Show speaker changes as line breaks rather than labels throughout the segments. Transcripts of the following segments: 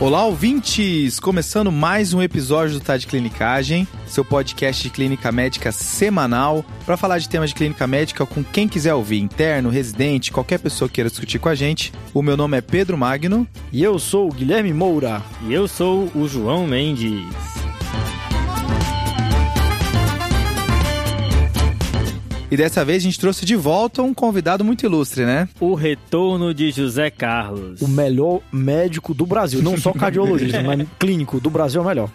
Olá, ouvintes! Começando mais um episódio do Tá de Clinicagem, seu podcast de clínica médica semanal, para falar de temas de clínica médica com quem quiser ouvir, interno, residente, qualquer pessoa queira discutir com a gente. O meu nome é Pedro Magno.
E eu sou o Guilherme Moura.
E eu sou o João Mendes.
E dessa vez a gente trouxe de volta um convidado muito ilustre, né?
O retorno de José Carlos.
O melhor médico do Brasil. Não só cardiologista, mas clínico do Brasil é o melhor.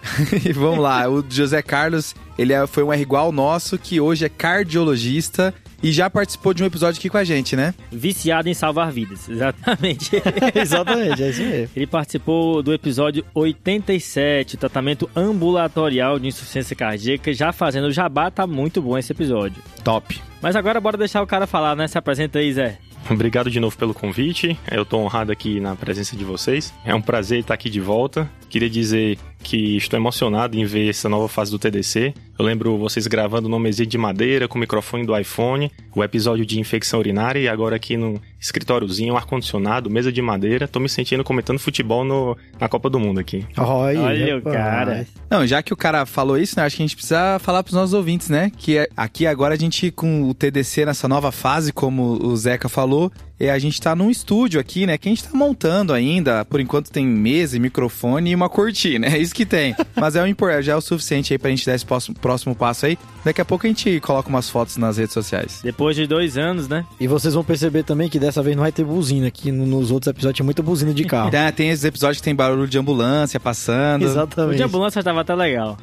E vamos lá, o José Carlos, ele é- foi um R igual ao nosso, que hoje é cardiologista e já participou de um episódio aqui com a gente, né?
Viciado em salvar vidas. Exatamente.
Exatamente, é isso mesmo.
Ele participou do episódio 87, tratamento ambulatorial de insuficiência cardíaca. Já fazendo jabá, tá muito bom esse episódio.
Top.
Mas agora bora deixar o cara falar, né? Se apresenta aí, Zé.
Obrigado de novo pelo convite. Eu tô honrado aqui na presença de vocês. É um prazer estar aqui de volta. Queria dizer que estou emocionado em ver essa nova fase do TDC. Eu lembro vocês gravando no mesinho de madeira com o microfone do iPhone, o episódio de infecção urinária e agora aqui no escritóriozinho, ar-condicionado, mesa de madeira. Tô me sentindo comentando futebol no- na Copa do Mundo aqui.
Olha,
Olha o
rapaz.
cara.
Não, já que o cara falou isso, né, acho que a gente precisa falar pros nossos ouvintes, né? Que é- aqui agora a gente, com o TDC nessa nova fase, como o Zeca falou, é, a gente tá num estúdio aqui, né? Que a gente tá montando ainda. Por enquanto tem mesa e microfone e uma cortina. É isso que tem. Mas é o impor- já é o suficiente aí pra gente dar esse próximo, próximo passo aí. Daqui a pouco a gente coloca umas fotos nas redes sociais.
Depois de dois anos, né?
E vocês vão perceber também que dessa vez não vai ter buzina, que no- nos outros episódios tinha muita buzina de carro.
Tem, Tá, tem esses episódios que tem barulho de ambulância passando.
O
Exatamente.
de ambulância tava até legal.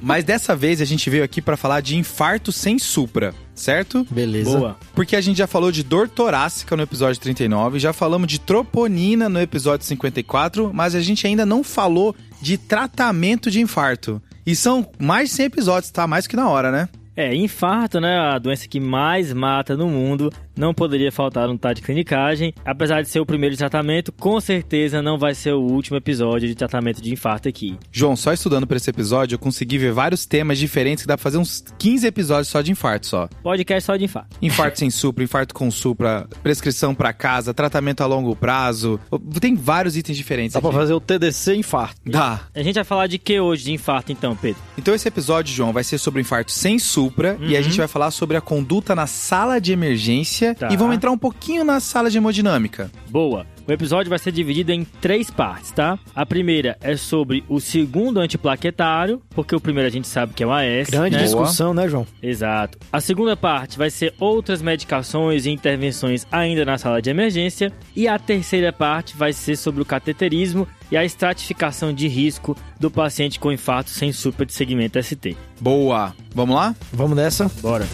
Mas dessa vez a gente veio aqui pra falar de infarto sem supra, certo?
Beleza.
Boa.
Porque a gente já falou de dor torácica no episódio 39, já falamos de troponina no episódio 54, mas a gente ainda não falou de tratamento de infarto. E são mais de 100 episódios, tá? Mais que na hora, né?
É, infarto, né? A doença que mais mata no mundo. Não poderia faltar no Tá de Clinicagem. Apesar de ser o primeiro tratamento, com certeza não vai ser o último episódio de tratamento de infarto aqui.
João, só estudando pra esse episódio, eu consegui ver vários temas diferentes que dá pra fazer uns 15 episódios só de infarto só.
Podcast só de infarto.
Infarto sem supra, infarto com supra, prescrição pra casa, tratamento a longo prazo. Tem vários itens diferentes
Dá pra
aqui.
fazer o TDC infarto.
Dá.
A gente vai falar de que hoje de infarto, então, Pedro?
Então esse episódio, João, vai ser sobre o infarto sem supra e a gente vai falar sobre a conduta na sala de emergência
Tá.
e vamos entrar um pouquinho na sala de hemodinâmica.
Boa. O episódio vai ser dividido em três partes, tá? A primeira é sobre o segundo antiplaquetário, porque o primeiro a gente sabe que é o AS.
Grande
né?
Boa.
discussão, né, João?
Exato. A segunda parte vai ser outras medicações e intervenções ainda na sala de emergência. E a terceira parte vai ser sobre o cateterismo e a estratificação de risco do paciente com infarto sem supra de segmento ST.
Boa. Vamos lá?
Vamos nessa?
Bora.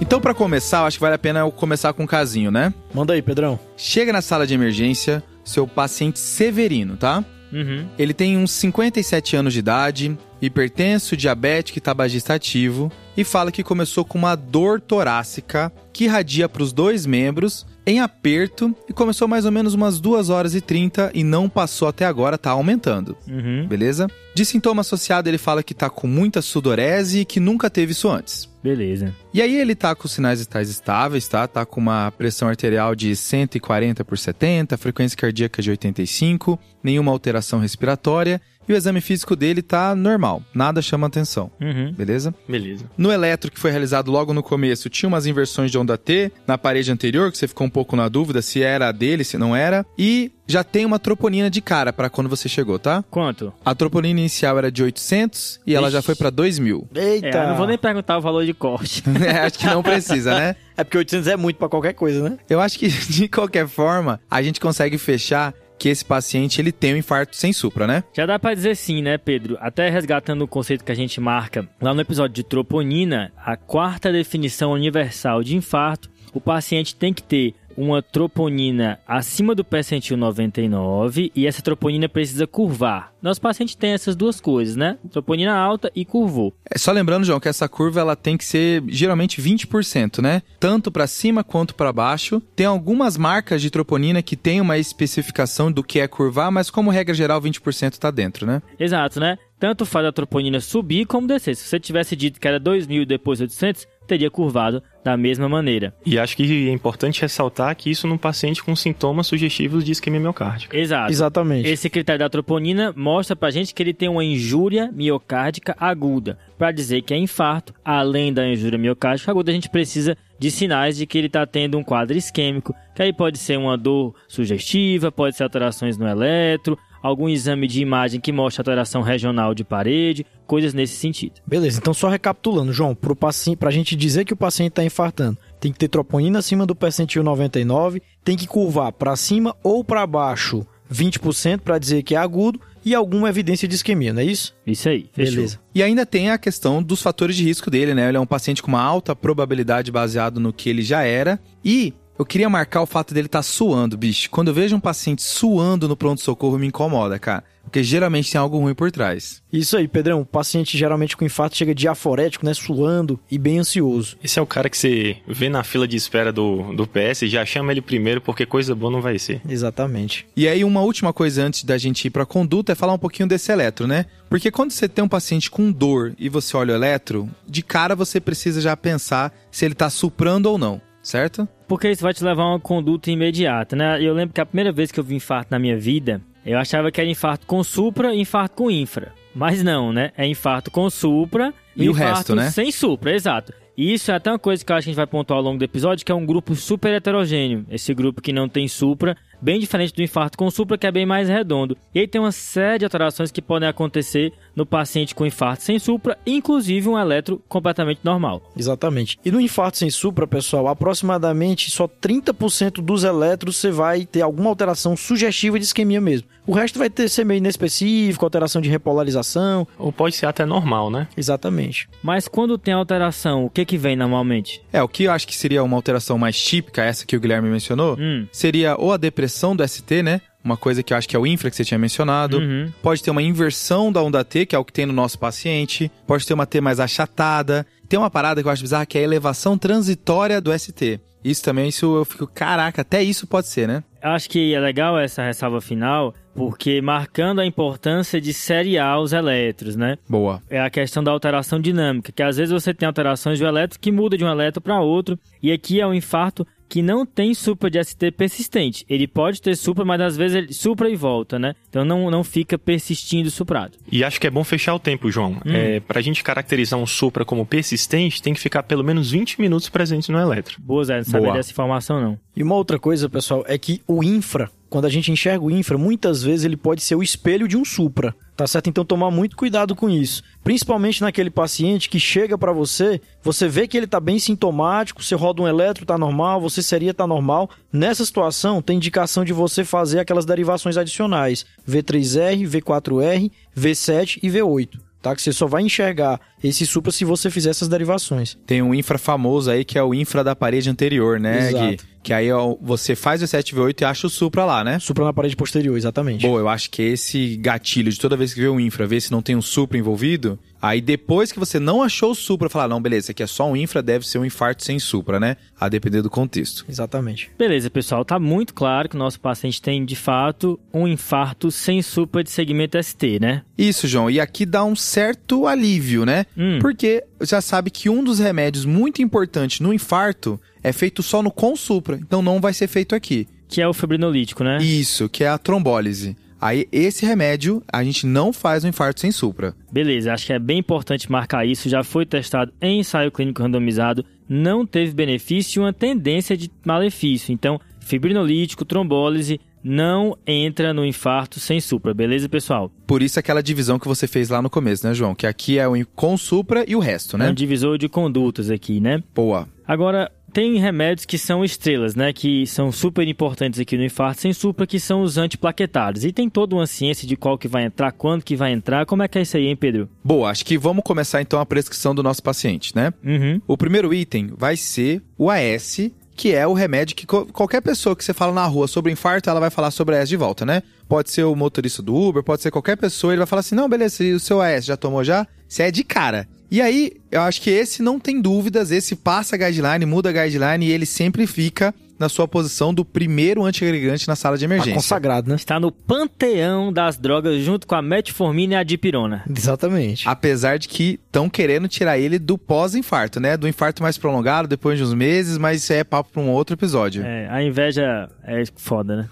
Então pra começar, eu acho que vale a pena eu começar com um casinho, né?
Manda aí, Pedrão.
Chega na sala de emergência, seu paciente Severino, tá?
Uhum.
Ele tem uns 57 anos de idade, hipertenso, diabético e tabagista ativo, e fala que começou com uma dor torácica que irradia para os dois membros, em aperto, e começou mais ou menos umas 2 horas e 30 e não passou até agora, tá aumentando.
Uhum.
Beleza? De sintoma associado, ele fala que tá com muita sudorese e que nunca teve isso antes.
Beleza.
E aí ele tá com os sinais vitais estáveis, tá? Tá com uma pressão arterial de 140 por 70, frequência cardíaca de 85, nenhuma alteração respiratória e o exame físico dele tá normal, nada chama atenção,
Uhum.
beleza?
Beleza.
No eletro que foi realizado logo no começo, tinha umas inversões de onda T na parede anterior, que você ficou um pouco na dúvida se era a dele, se não era, e já tem uma troponina de cara pra quando você chegou, tá?
Quanto?
A troponina inicial era de 800 e ela já foi pra 2000.
Eita.
É, eu não vou nem perguntar o valor de corte.
É, acho que não precisa, né?
É porque 800 é muito pra qualquer coisa, né?
Eu acho que, de qualquer forma, a gente consegue fechar que esse paciente ele tem um infarto sem supra, né?
Já dá pra dizer sim, né, Pedro? Até resgatando o conceito que a gente marca lá no episódio de troponina, a quarta definição universal de infarto, o paciente tem que ter uma troponina acima do percentil 99 e essa troponina precisa curvar. Nosso paciente tem essas duas coisas, né? Troponina alta e curvou.
É só lembrando, João, que essa curva ela tem que ser geralmente 20%, né? Tanto para cima quanto para baixo. Tem algumas marcas de troponina que tem uma especificação do que é curvar, mas como regra geral 20% tá dentro, né?
Exato, né? tanto faz a troponina subir como descer. Se você tivesse dito que era 2.000 e depois 800, teria curvado da mesma maneira.
E acho que é importante ressaltar que isso num paciente com sintomas sugestivos de isquemia miocárdica.
Exato.
Exatamente.
Esse critério da troponina mostra pra gente que ele tem uma injúria miocárdica aguda. Pra dizer que é infarto, além da injúria miocárdica aguda, a gente precisa de sinais de que ele está tendo um quadro isquêmico, que aí pode ser uma dor sugestiva, pode ser alterações no eletro, algum exame de imagem que mostra alteração regional de parede, coisas nesse sentido.
Beleza, então só recapitulando, João, pro paciente, pra gente dizer que o paciente tá infartando, tem que ter troponina acima do percentil 99, tem que curvar para cima ou para baixo 20% para dizer que é agudo e alguma evidência de isquemia, não é isso?
Isso aí, fechou.
Beleza.
E ainda tem a questão dos fatores de risco dele, né? Ele é um paciente com uma alta probabilidade baseado no que ele já era. E eu queria marcar o fato dele estar suando, bicho. Quando eu vejo um paciente suando no pronto-socorro, me incomoda, cara. Porque geralmente tem algo ruim por trás.
Isso aí, Pedrão. O paciente geralmente com infarto chega diaforético, né? Suando e bem ansioso.
Esse é o cara que você vê na fila de espera do, do PS e já chama ele primeiro, porque coisa boa não vai ser.
Exatamente.
E aí, uma última coisa antes da gente ir pra conduta é falar um pouquinho desse eletro, né? Porque quando você tem um paciente com dor e você olha o eletro, de cara você precisa já pensar se ele tá suprando ou não, certo?
Porque isso vai te levar a uma conduta imediata, né? Eu lembro que a primeira vez que eu vi infarto na minha vida, eu achava que era infarto com supra e infarto com infra. Mas não, né? É infarto com supra e,
E o
infarto
resto, né?
sem supra, exato. E isso é até uma coisa que eu acho que a gente vai pontuar ao longo do episódio, que é um grupo super heterogêneo. Esse grupo que não tem supra, bem diferente do infarto com supra, que é bem mais redondo. E aí tem uma série de alterações que podem acontecer no paciente com infarto sem supra, inclusive um eletro completamente normal.
Exatamente. E no infarto sem supra, pessoal, aproximadamente só 30% dos eletros você vai ter alguma alteração sugestiva de isquemia mesmo. O resto vai ter ser meio inespecífico, alteração de repolarização.
Ou pode ser até normal, né?
Exatamente.
Mas quando tem alteração, o que que vem normalmente?
É, o que eu acho que seria uma alteração mais típica, essa que o Guilherme mencionou,
Hum.
seria ou a depressão do ST, né? Uma coisa que eu acho que é o infra que você tinha mencionado.
Uhum.
Pode ter uma inversão da onda T, que é o que tem no nosso paciente. Pode ter uma T mais achatada. Tem uma parada que eu acho bizarra, que é a elevação transitória do ST. Isso também, isso eu fico, caraca, até isso pode ser, né?
Eu acho que é legal essa ressalva final, porque marcando a importância de seriar os elétrons, né?
Boa.
é a questão da alteração dinâmica, que às vezes você tem alterações de um elétron que muda de um elétron para outro, e aqui é um infarto que não tem supra de ST persistente. Ele pode ter supra, mas às vezes ele supra e volta, né? Então não, não fica persistindo suprado.
E acho que é bom fechar o tempo, João. É, pra gente caracterizar um supra como persistente, tem que ficar pelo menos 20 minutos presente no eletro.
Boa, Zé, não sabia
Boa.
dessa informação não.
E uma outra coisa, pessoal, é que o infra, quando a gente enxerga o infra, muitas vezes ele pode ser o espelho de um supra. Tá certo? Então tomar muito cuidado com isso. Principalmente naquele paciente que chega pra você, você vê que ele tá bem sintomático, você roda um eletro, tá normal, você seria tá normal. Nessa situação, tem indicação de você fazer aquelas derivações adicionais: V3R, V4R, V7 e V8. Tá? Que você só vai enxergar esse supra se você fizer essas derivações.
Tem um infra famoso aí, que é o infra da parede anterior, né?
Exato.
Gui? Que aí ó, você faz o 7V8 e acha o supra lá, né?
Supra na parede posterior, exatamente.
Boa, eu acho que esse gatilho de toda vez que vê um infra, ver se não tem um supra envolvido, aí depois que você não achou o supra, falar, não, beleza, isso aqui é só um infra, deve ser um infarto sem supra, né? A depender do contexto.
Exatamente.
Beleza, pessoal, tá muito claro que o nosso paciente tem, de fato, um infarto sem supra de segmento ST, né?
Isso, João, e aqui dá um certo alívio, né?
Hum.
Porque já sabe que um dos remédios muito importante no infarto é feito só no com supra, então não vai ser feito aqui.
Que é o fibrinolítico, né?
Isso, que é a trombólise. Aí esse remédio a gente não faz no infarto sem supra.
Beleza, acho que é bem importante marcar isso. Já foi testado em ensaio clínico randomizado, não teve benefício e uma tendência de malefício. Então, fibrinolítico, trombólise, não entra no infarto sem supra, beleza, pessoal?
Por isso aquela divisão que você fez lá no começo, né, João? Que aqui é o in- com supra e o resto,
É
né?
um divisor de condutas aqui, né?
Boa.
Agora, tem remédios que são estrelas, né? Que são super importantes aqui no infarto sem supra, que são os antiplaquetários. E tem toda uma ciência de qual que vai entrar, quando que vai entrar. Como é que é isso aí, hein, Pedro?
Boa, acho que vamos começar então a prescrição do nosso paciente, né?
Uhum.
O primeiro item vai ser o AS, que é o remédio que co- qualquer pessoa que você fala na rua sobre infarto, ela vai falar sobre AS de volta, né? Pode ser o motorista do Uber, pode ser qualquer pessoa, ele vai falar assim: não, beleza, e o seu AS já tomou já? Você é de cara. E aí, eu acho que esse não tem dúvidas, esse passa guideline, muda guideline e ele sempre fica na sua posição do primeiro antiagregante na sala de
Tá
emergência.
consagrado, né?
Está no panteão das drogas junto com a metformina e a dipirona.
Exatamente.
Apesar de que estão querendo tirar ele do pós-infarto, né? Do infarto mais prolongado, depois de uns meses, mas isso aí é papo pra um outro episódio.
É, a inveja é foda, né?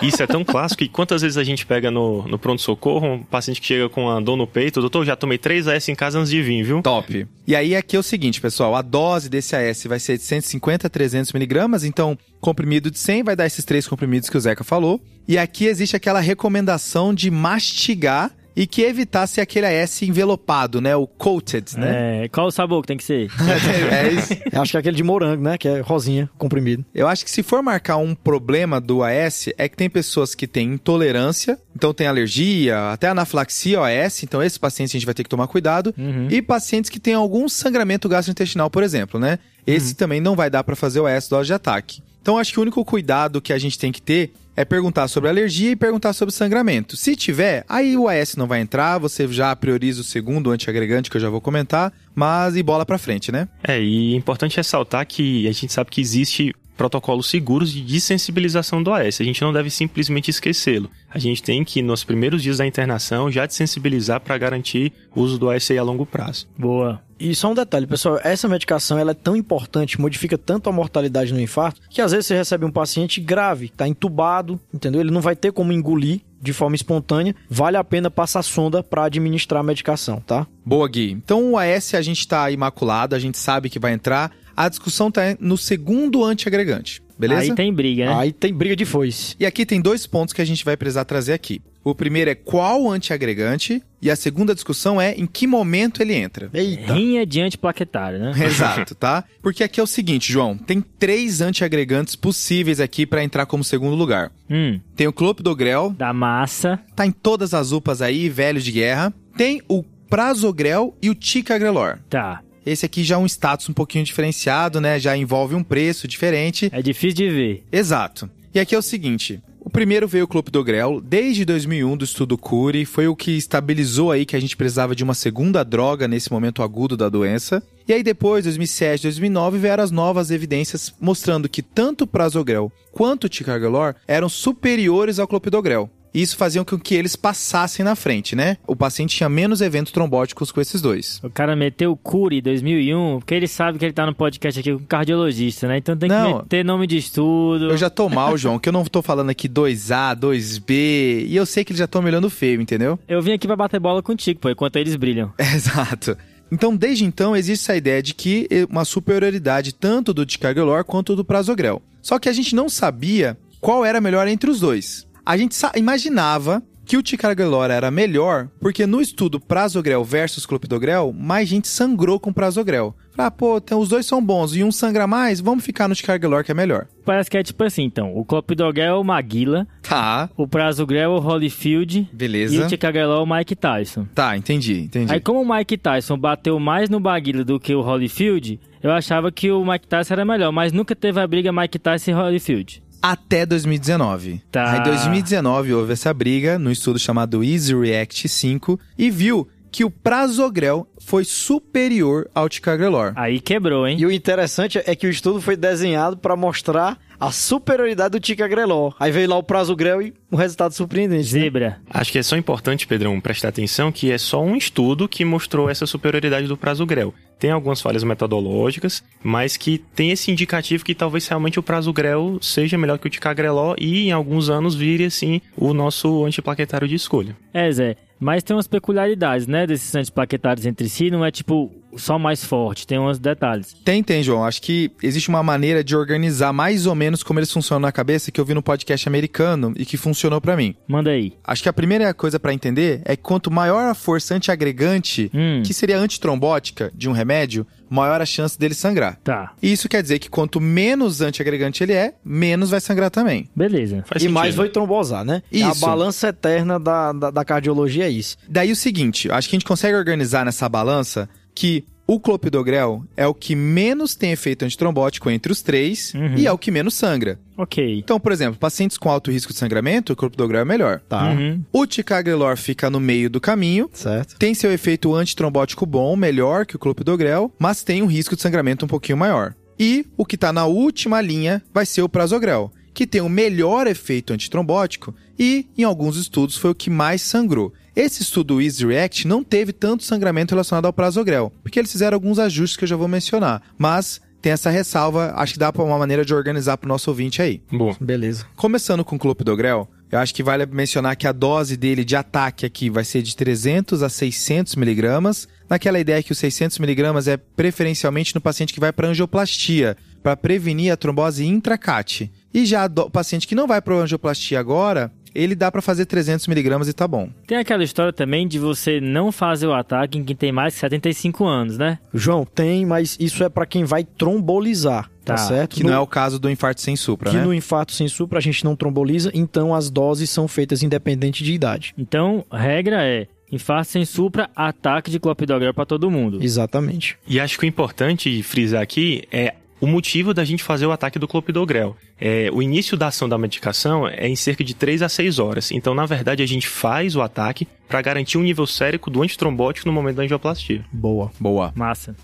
Isso é tão clássico e quantas vezes a gente pega no, no pronto-socorro um paciente que chega com a dor no peito, doutor, já tomei 3 AS em casa antes de vir, viu?
Top. E aí aqui é o seguinte, pessoal, a dose desse AS vai ser de 150 a 300 miligramas, então comprimido de 100 vai dar esses três comprimidos que o Zeca falou. E aqui existe aquela recomendação de mastigar e que evitasse aquele AS envelopado, né, o coated, né?
É, qual o sabor que tem que ser?
É isso.
Acho que é aquele de morango, né? Que é rosinha, comprimido.
Eu acho que se for marcar um problema do AS, é que tem pessoas que têm intolerância, então tem alergia, até anafilaxia ao AS, então esse paciente a gente vai ter que tomar cuidado. E pacientes que têm algum sangramento gastrointestinal, por exemplo, né? Esse também não vai dar pra fazer o AS dose de ataque. Então acho que o único cuidado que a gente tem que ter é perguntar sobre alergia e perguntar sobre sangramento. Se tiver, aí o AS não vai entrar, você já prioriza o segundo antiagregante que eu já vou comentar, mas e bola pra frente, né?
É, e é importante ressaltar que a gente sabe que existe protocolos seguros de dessensibilização do AS. A gente não deve simplesmente esquecê-lo. A gente tem que, nos primeiros dias da internação, já desensibilizar para garantir o uso do AS a longo prazo.
Boa.
E só um detalhe, pessoal, essa medicação ela é tão importante, modifica tanto a mortalidade no infarto, que às vezes você recebe um paciente grave, tá entubado, entendeu? Ele não vai ter como engolir de forma espontânea. Vale a pena passar sonda para administrar a medicação, tá?
Boa, Gui. Então o AS a gente tá imaculado, a gente sabe que vai entrar. A discussão tá no segundo antiagregante, beleza?
Aí tem briga, né?
Aí tem briga de foice.
E aqui tem dois pontos que a gente vai precisar trazer aqui. O primeiro é qual antiagregante e a segunda discussão é em que momento ele entra.
Eita.
Rinha de antiplaquetário, né?
Exato, tá? Porque aqui é o seguinte, João, tem três antiagregantes possíveis aqui pra entrar como segundo lugar.
Hum,
Tem o clopidogrel,
da massa.
tá em todas as upas aí, velho de guerra. Tem o prasogrel e o ticagrelor.
Tá.
Esse aqui já é um status um pouquinho diferenciado, né? Já envolve um preço diferente.
É difícil de ver.
Exato. E aqui é o seguinte: o primeiro veio o clopidogrel, desde 2001 do estudo Curie, foi o que estabilizou aí que a gente precisava de uma segunda droga nesse momento agudo da doença. E aí depois, 2007, 2009, vieram as novas evidências mostrando que tanto o prasogrel quanto o ticagrelor eram superiores ao clopidogrel. E Isso fazia com que eles passassem na frente, né? O paciente tinha menos eventos trombóticos com esses dois.
O cara meteu o Curi 2001, porque ele sabe que ele tá no podcast aqui com um cardiologista, né? Então tem que
Não.
meter nome de estudo.
Eu já tô mal, João, que eu não tô falando aqui 2A, 2B, e eu sei que eles já estão me olhando feio, entendeu?
Eu vim aqui pra bater bola contigo, pô, enquanto eles brilham.
Exato. Então, desde então, existe essa ideia de que é uma superioridade tanto do Ticagrelor quanto do Prasogrel. Só que a gente não sabia qual era melhor entre os dois. A gente sa- imaginava que o Ticagrelor era melhor, porque no estudo Prasogrel versus Clopidogrel, mais gente sangrou com Prasogrel. Ah, pô, então os dois são bons e um sangra mais, vamos ficar no Ticagrelor que é melhor.
Parece que é tipo assim, então. O Clopidogrel é o Maguila,
Tá,
o Prasogrel é o Holyfield e
beleza.
o Ticagrelol é o Mike Tyson.
Tá, entendi, entendi.
Aí, como o Mike Tyson bateu mais no Baguila do que o Holyfield, eu achava que o Mike Tyson era melhor, mas nunca teve a briga Mike Tyson e Holyfield.
até 2019.
Tá.
Em 2019 houve essa briga no estudo chamado Easy React 5 e viu que o Prasogrel foi superior ao Ticagrelor.
Aí quebrou, hein?
E o interessante é que o estudo foi desenhado para mostrar a superioridade do Ticagrelol. Aí veio lá o prazo grel e um resultado surpreendente. né?
Zebra.
Acho que é só importante, Pedrão, prestar atenção que é só um estudo que mostrou essa superioridade do prazo grel. Tem algumas falhas metodológicas, mas que tem esse indicativo que talvez realmente o prazo grel seja melhor que o ticagreló e em alguns anos vire, assim, o nosso antiplaquetário de escolha.
É, Zé. Mas tem umas peculiaridades, né, desses antiplaquetários entre si. Não é, tipo, só mais forte. Tem uns detalhes.
Tem, tem, João. Acho que existe uma maneira de organizar mais ou menos como eles funcionam na cabeça que eu vi no podcast americano e que funcionou pra mim.
Manda aí.
Acho que a primeira coisa pra entender é que quanto maior a força antiagregante,
Hum,
que seria antitrombótica de um remédio, maior a chance dele sangrar.
tá.
E isso quer dizer que quanto menos antiagregante ele é, menos vai sangrar também.
Beleza.
Faz
e
sentido.
mais vai trombosar, né? É A
Isso.
balança eterna da, da, da cardiologia é isso.
Daí o seguinte, acho que a gente consegue organizar nessa balança que o clopidogrel é o que menos tem efeito antitrombótico entre os três
Uhum.
e é o que menos sangra.
Ok.
Então, por exemplo, pacientes com alto risco de sangramento, o clopidogrel é melhor.
Tá,
Uhum.
O ticagrelor fica no meio do caminho,
certo.
tem seu efeito antitrombótico bom, melhor que o clopidogrel, mas tem um risco de sangramento um pouquinho maior. E o que está na última linha vai ser o prasugrel, que tem o melhor efeito antitrombótico e, em alguns estudos, foi o que mais sangrou. Esse estudo Easy React não teve tanto sangramento relacionado ao prasugrel, porque eles fizeram alguns ajustes que eu já vou mencionar, mas tem essa ressalva, acho que dá para uma maneira de organizar para o nosso ouvinte aí.
Boa.
Beleza.
Começando com o clopidogrel, eu acho que vale mencionar que a dose dele de ataque aqui vai ser de 300 a 600 miligramas, naquela ideia que os 600 miligramas é preferencialmente no paciente que vai para angioplastia, para prevenir a trombose intracate. E já a do- o paciente que não vai para angioplastia agora, ele dá para fazer 300 miligramas e tá bom.
Tem aquela história também de você não fazer o ataque em quem tem mais de 75 anos, né?
João, tem, mas isso é pra quem vai trombolizar, tá,
Tá,
certo?
Que não é o caso do infarto sem supra,
que
né?
no infarto sem supra a gente não tromboliza, então as doses são feitas independente de idade.
Então, a regra é infarto sem supra, ataque de clopidogrel para todo mundo.
Exatamente.
E acho que o importante frisar aqui é o motivo da gente fazer o ataque do clopidogrel. É, o início da ação da medicação é em cerca de 3 a 6 horas. Então, na verdade, a gente faz o ataque para garantir um nível sérico do antitrombótico no momento da angioplastia.
Boa.
Boa.
Massa.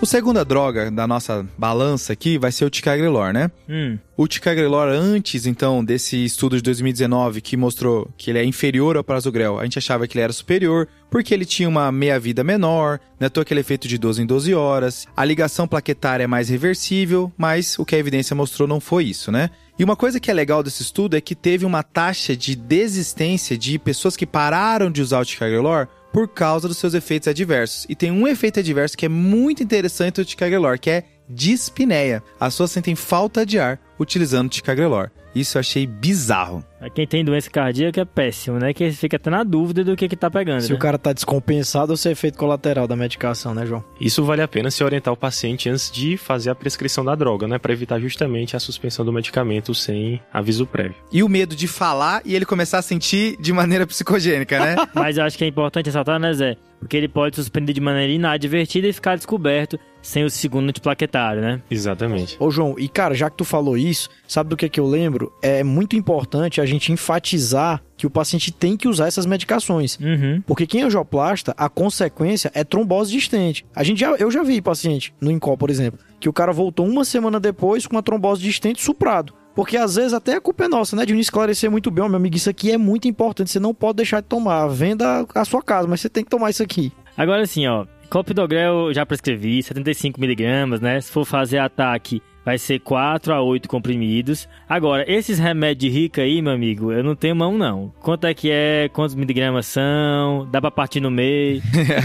O segunda droga da nossa balança aqui vai ser o ticagrelor, né?
Hum,
O ticagrelor, antes, então, desse estudo de 2019 que mostrou que ele é inferior ao prasugrel, a gente achava que ele era superior, porque ele tinha uma meia-vida menor, né? Tô aquele efeito de 12 em 12 horas, a ligação plaquetária é mais reversível, mas o que a evidência mostrou não foi isso, né? E uma coisa que é legal desse estudo é que teve uma taxa de desistência de pessoas que pararam de usar o ticagrelor por causa dos seus efeitos adversos. E tem um efeito adverso que é muito interessante do ticagrelor, que é dispneia. As pessoas sentem falta de ar utilizando ticagrelor. Isso eu achei bizarro.
pra quem tem doença cardíaca é péssimo, né? Que fica até na dúvida do que que tá
É
pegando.
Se o
né?
cara tá descompensado, esse é efeito colateral da medicação, né, João?
Isso vale a pena se orientar o paciente antes de fazer a prescrição da droga, né? Para evitar justamente a suspensão do medicamento sem aviso prévio.
E o medo de falar e ele começar a sentir de maneira psicogênica, né?
Mas eu acho que é importante ressaltar, né, Zé? Porque ele pode suspender de maneira inadvertida e ficar descoberto sem o segundo antiplaquetário, né?
Exatamente.
Ô, João, e cara, já que tu falou isso, sabe do que, que eu lembro? É muito importante a gente enfatizar que o paciente tem que usar essas medicações.
Uhum.
Porque quem é angioplasta, a consequência é trombose distente. A gente já, eu já vi paciente no INCOL, por exemplo, que o cara voltou uma semana depois com uma trombose distente suprado. Porque às vezes até a culpa é nossa, né? De não esclarecer muito bem, ó, meu amigo, isso aqui é muito importante, você não pode deixar de tomar. Venda a sua casa, mas você tem que tomar isso aqui.
Agora sim, ó. Clopidogrel eu já prescrevi, 75mg, né? Se for fazer ataque, vai ser 4 a 8 comprimidos. Agora, esses remédios de rica aí, meu amigo, eu não tenho mão, não. Quanto é que é? Quantos miligramas são? Dá pra partir no meio?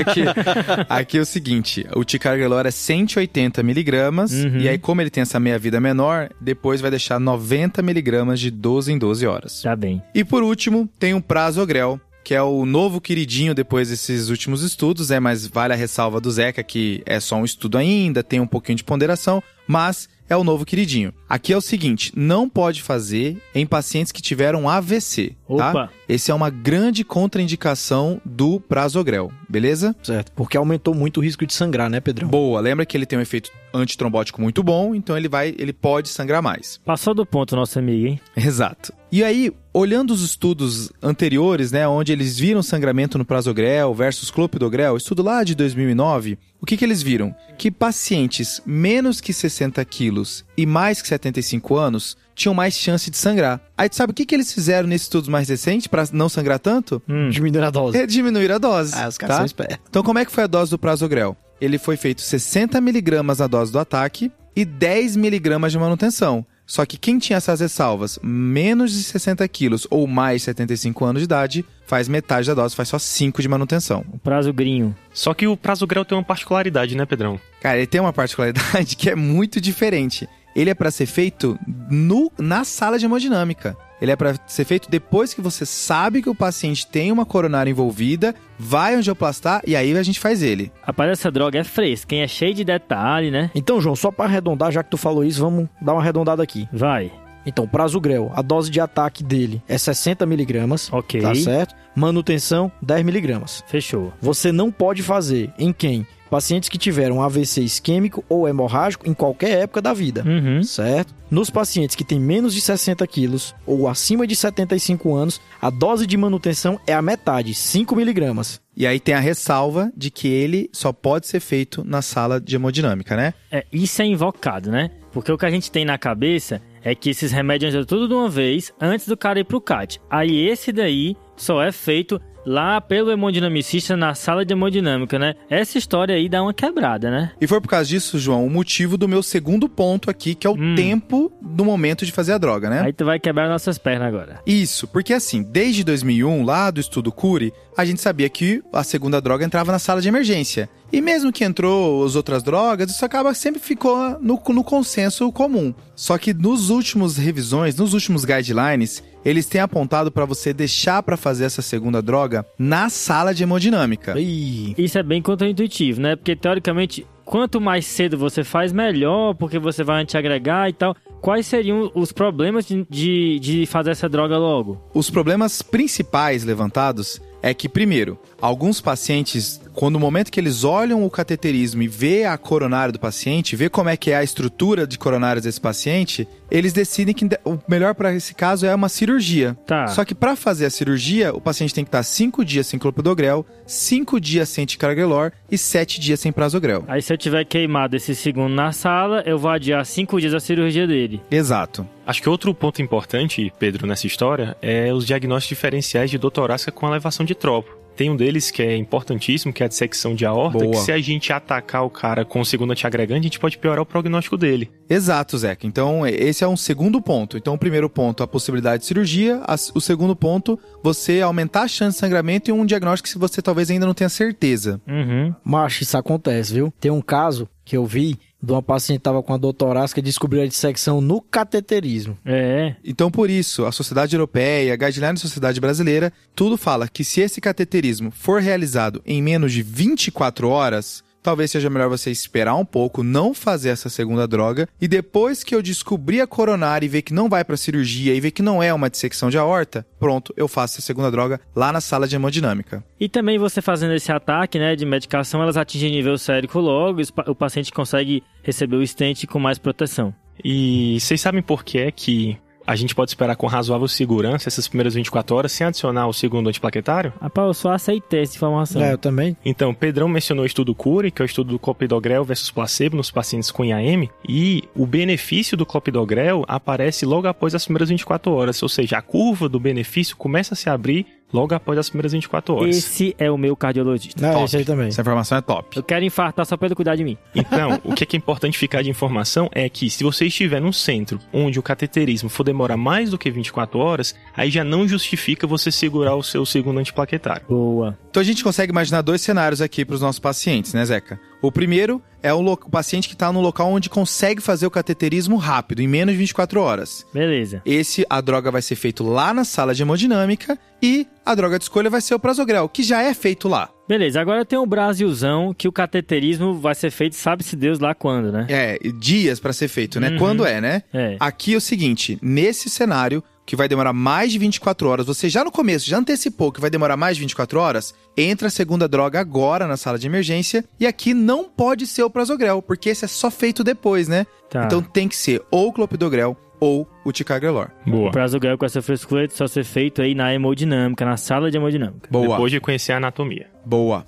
aqui, aqui é o seguinte, o ticagrelor é 180 miligramas
Uhum.
e aí como ele tem essa meia-vida menor, depois vai deixar 90 miligramas de 12 em 12 horas.
Tá bem.
E por último, tem o Prasugrel, que é o novo queridinho depois desses últimos estudos, né? Mas vale a ressalva do Zeca que é só um estudo ainda, tem um pouquinho de ponderação, mas é o novo queridinho. Aqui é o seguinte, não pode fazer em pacientes que tiveram AVC, tá?
Opa,
Esse é uma grande contraindicação do Prasugrel, beleza?
Certo. Porque aumentou muito o risco de sangrar, né, Pedrão?
Boa, lembra que ele tem um efeito antitrombótico muito bom, então ele vai, ele pode sangrar mais.
passou do ponto nosso amigo, hein?
Exato. E aí, olhando os estudos anteriores, né, onde eles viram sangramento no prasugrel versus clopidogrel, estudo lá de 2009, o que, que eles viram? Que pacientes menos que 60 quilos e mais que 75 anos tinham mais chance de sangrar. Aí tu sabe o que, que eles fizeram nesses estudos mais recentes para não sangrar tanto?
Hum.
Diminuir a dose. Ah,
É diminuir a dose. tá?
espertos.
Então, como é que foi a dose do prasugrel? Ele foi feito 60 miligramas na dose do ataque e 10 miligramas de manutenção. Só que quem tinha essas ressalvas, menos de 60 quilos ou mais de 75 anos de idade, faz metade da dose, faz só 5 de manutenção.
O prazo grinho.
Só que o prazo grau tem uma particularidade, né, Pedrão?
Cara, ele tem uma particularidade que é muito diferente. Ele é pra ser feito no, na sala de hemodinâmica. Ele é pra ser feito depois que você sabe que o paciente tem uma coronária envolvida, vai angioplastar e aí a gente faz ele.
Rapaz, essa droga é fresca, hein? É cheia de detalhe, né?
Então, João, só pra arredondar, já que tu falou isso, vamos dar uma arredondada aqui.
Vai.
Então, prasugrel, a dose de ataque dele é 60 miligramas,
Ok.
tá certo? Manutenção, 10 miligramas.
Fechou.
Você não pode fazer em quem? Pacientes que tiveram AVC isquêmico ou hemorrágico em qualquer época da vida.
Uhum.
Certo? Nos pacientes que têm menos de 60 quilos ou acima de 75 anos, a dose de manutenção é a metade, 5 miligramas.
E aí tem a ressalva de que ele só pode ser feito na sala de hemodinâmica, né?
É, isso é invocado, né? Porque o que a gente tem na cabeça é que esses remédios entram tudo de uma vez antes do cara ir pro CAT. Aí esse daí só é feito lá pelo hemodinamicista na sala de hemodinâmica, né? Essa história aí dá uma quebrada, né?
E foi por causa disso, João, o motivo do meu segundo ponto aqui, que é o
Hum.
tempo do momento de fazer a droga, né?
Aí tu vai quebrar nossas pernas agora.
Isso, porque assim, desde 2001, lá do estudo Cury, a gente sabia que a segunda droga entrava na sala de emergência. E mesmo que entrou as outras drogas, isso acaba sempre ficou no, no consenso comum. Só que nos últimos revisões, nos últimos guidelines, eles têm apontado para você deixar para fazer essa segunda droga na sala de hemodinâmica.
Ih,
Isso é bem contraintuitivo, né? Porque teoricamente, quanto mais cedo você faz, melhor, porque você vai te agregar e tal. Quais seriam os problemas de, de, de fazer essa droga logo?
Os problemas principais levantados é que, primeiro, alguns pacientes, quando o momento que eles olham o cateterismo e vê a coronária do paciente, vê como é que é a estrutura de coronárias desse paciente, eles decidem que o melhor para esse caso é uma cirurgia.
Tá.
Só que para fazer a cirurgia, o paciente tem que estar 5 dias sem clopidogrel, 5 dias sem ticagrelor e 7 dias sem prazogrel.
Aí se eu tiver queimado esse segundo na sala, eu vou adiar cinco dias a cirurgia dele.
Exato.
Acho que outro ponto importante, Pedro, nessa história é os diagnósticos diferenciais de dor torácica com elevação de tropo. Tem um deles que é importantíssimo, que é a dissecção de aorta,
Boa.
que se a gente atacar o cara com segunda antiagregante, a gente pode piorar o prognóstico dele.
Exato, Zeca. Então, esse é um segundo ponto. Então, o primeiro ponto, a possibilidade de cirurgia. As- O segundo ponto, você aumentar a chance de sangramento e um diagnóstico que você talvez ainda não tenha certeza.
Uhum.
Macho, isso acontece, viu? Tem um caso que eu vi de uma paciente que tava com a dor torácica e descobriu a dissecção no cateterismo.
É.
Então, por isso, a Sociedade Europeia, a Guideline da Sociedade Brasileira, tudo fala que se esse cateterismo for realizado em menos de 24 horas, talvez seja melhor você esperar um pouco, não fazer essa segunda droga, e depois que eu descobrir a coronária e ver que não vai pra cirurgia e ver que não é uma dissecção de aorta, pronto, eu faço a segunda droga lá na sala de hemodinâmica.
E também você fazendo esse ataque, né, de medicação, elas atingem nível sérico logo, e os pa- o paciente consegue receber o stent com mais proteção.
E vocês sabem por que é que a gente pode esperar com razoável segurança essas primeiras 24 horas sem adicionar o segundo antiplaquetário?
Rapaz, Ah, eu só aceitei essa informação.
É, eu também.
Então, Pedrão mencionou o estudo Cury, que é o estudo do clopidogrel versus placebo nos pacientes com IAM, e o benefício do clopidogrel aparece logo após as primeiras 24 horas, ou seja, a curva do benefício começa a se abrir logo após as primeiras 24 horas.
Esse é o meu cardiologista.
Não,
Top.
esse aí também.
Essa informação é top.
Eu quero infartar só pra ele cuidar de mim.
Então, o que é, que é importante ficar de informação é que se você estiver num centro onde o cateterismo for demorar mais do que 24 horas, aí já não justifica você segurar o seu segundo antiplaquetário.
Boa.
Então a gente consegue imaginar dois cenários aqui para os nossos pacientes, né, Zeca? O primeiro é o, lo- o paciente que está no local onde consegue fazer o cateterismo rápido, em menos de 24 horas.
Beleza.
Esse, a droga vai ser feito lá na sala de hemodinâmica e a droga de escolha vai ser o prazogrel, que já é feito lá.
Beleza, agora tem o Brasilzão, que o cateterismo vai ser feito, sabe-se Deus lá quando, né?
É, dias para ser feito, né?
Uhum.
Quando é, né?
É.
Aqui é o seguinte, nesse cenário que vai demorar mais de 24 horas, você já no começo já antecipou que vai demorar mais de 24 horas, entra a segunda droga agora na sala de emergência e aqui não pode ser o prazogrel, porque esse é só feito depois, né?
Tá.
Então tem que ser ou o clopidogrel ou o ticagrelor.
Boa.
O Brasilzão com essa frescura é só ser feito aí na hemodinâmica, na sala de hemodinâmica.
Boa.
Depois de conhecer a anatomia.
Boa.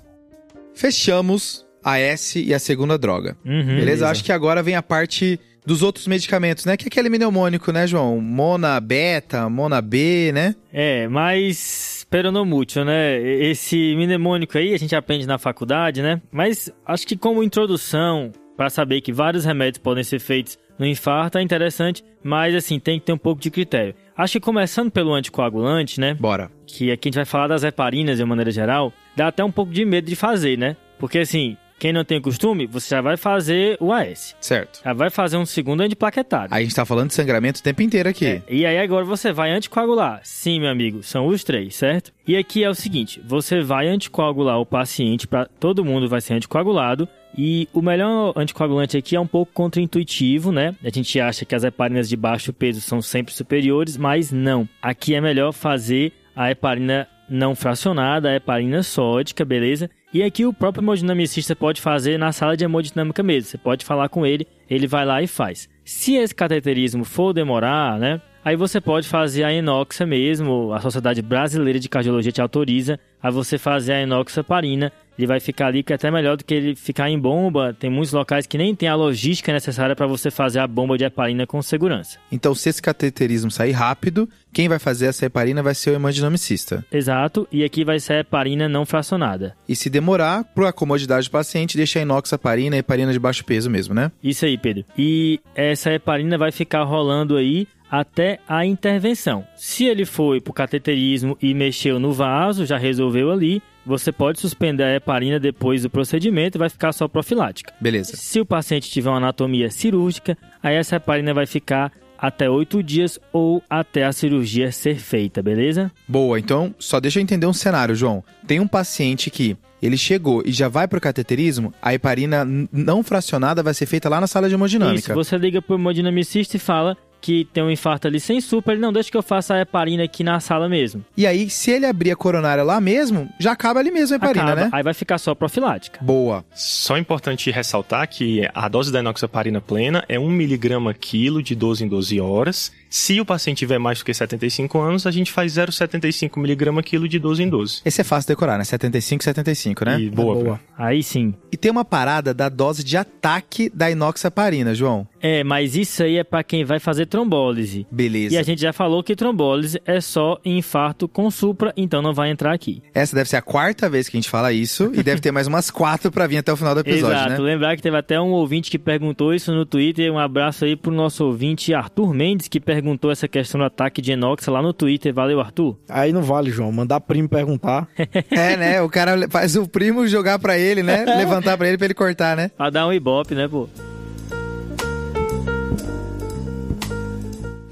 Fechamos a S e a segunda droga.
Uhum.
Beleza? Acho que agora vem a parte dos outros medicamentos, né? Que é aquele mnemônico, né, João? Mona beta, mona B, né?
É, mas peronomútil, né? Esse mnemônico aí a gente aprende na faculdade, né? Mas acho que como introdução para saber que vários remédios podem ser feitos no infarto é interessante, mas assim, tem que ter um pouco de critério. Acho que começando pelo anticoagulante, né?
Bora.
que aqui a gente vai falar das heparinas de uma maneira geral, dá até um pouco de medo de fazer, né? Porque assim, quem não tem costume, você já vai fazer o AS.
Certo.
Já vai fazer um segundo antiplaquetário.
Aí a gente tá falando de sangramento o tempo inteiro aqui.
É, e aí agora você vai anticoagular. Sim, meu amigo, são os três, certo? E aqui é o seguinte, você vai anticoagular o paciente, para todo mundo vai ser anticoagulado, e o melhor anticoagulante aqui é um pouco contraintuitivo, né? A gente acha que as heparinas de baixo peso são sempre superiores, mas não. Aqui é melhor fazer a heparina não fracionada, a heparina sódica, beleza? E aqui o próprio hemodinamicista pode fazer na sala de hemodinâmica mesmo. Você pode falar com ele, ele vai lá e faz. Se esse cateterismo for demorar, né? Aí você pode fazer a inoxa mesmo, a Sociedade Brasileira de Cardiologia te autoriza a você fazer a inoxaparina. Ele vai ficar ali que é até melhor do que ele ficar em bomba. Tem muitos locais que nem tem a logística necessária para você fazer a bomba de heparina com segurança.
Então, se esse cateterismo sair rápido, quem vai fazer essa heparina vai ser o hemodinamicista.
Exato, e aqui vai ser a heparina não fracionada.
E se demorar, para a comodidade do paciente, deixa a inoxaparina e heparina de baixo peso mesmo, né?
Isso aí, Pedro. E essa heparina vai ficar rolando aí até a intervenção. Se ele foi para o cateterismo e mexeu no vaso, já resolveu ali, você pode suspender a heparina depois do procedimento e vai ficar só profilática.
Beleza.
Se o paciente tiver uma anatomia cirúrgica, aí essa heparina vai ficar até oito dias ou até a cirurgia ser feita, beleza?
Boa, então só deixa eu entender um cenário, João. Tem um paciente que ele chegou e já vai pro cateterismo, a heparina n- não fracionada vai ser feita lá na sala de hemodinâmica.
Isso, você liga para o hemodinamicista e fala que tem um infarto ali sem supra, ele não deixa que eu faça a heparina aqui na sala mesmo.
E aí, se ele abrir a coronária lá mesmo, já acaba ali mesmo a heparina,
Acaba,
né?
Aí vai ficar só profilática.
Boa.
Só é importante ressaltar que a dose da inoxaparina plena é 1mg quilo de 12 em 12 horas. Se o paciente tiver mais do que 75 anos, a gente faz 0,75mg quilo de 12 em 12.
Esse é fácil de decorar, né? 75, 75, né?
E boa,
Boa.
boa.
Aí sim.
E tem uma parada da dose de ataque da inoxaparina, João.
É, mas isso aí é para quem vai fazer trombólise.
Beleza.
E a gente já falou que trombólise é só infarto com supra, então não vai entrar aqui.
Essa deve ser a quarta vez que a gente fala isso e deve ter mais umas quatro pra vir até o final do episódio,
Exato.
né?
Lembrar que teve até um ouvinte que perguntou isso no Twitter. Um abraço aí pro nosso ouvinte Arthur Mendes, que perguntou essa questão do ataque de enox lá no Twitter. Valeu, Arthur.
Aí não vale, João. Mandar primo perguntar.
É, né? O cara faz o primo jogar pra ele, né?
É.
Levantar pra ele pra ele cortar, né?
Pra dar um ibope, né, pô?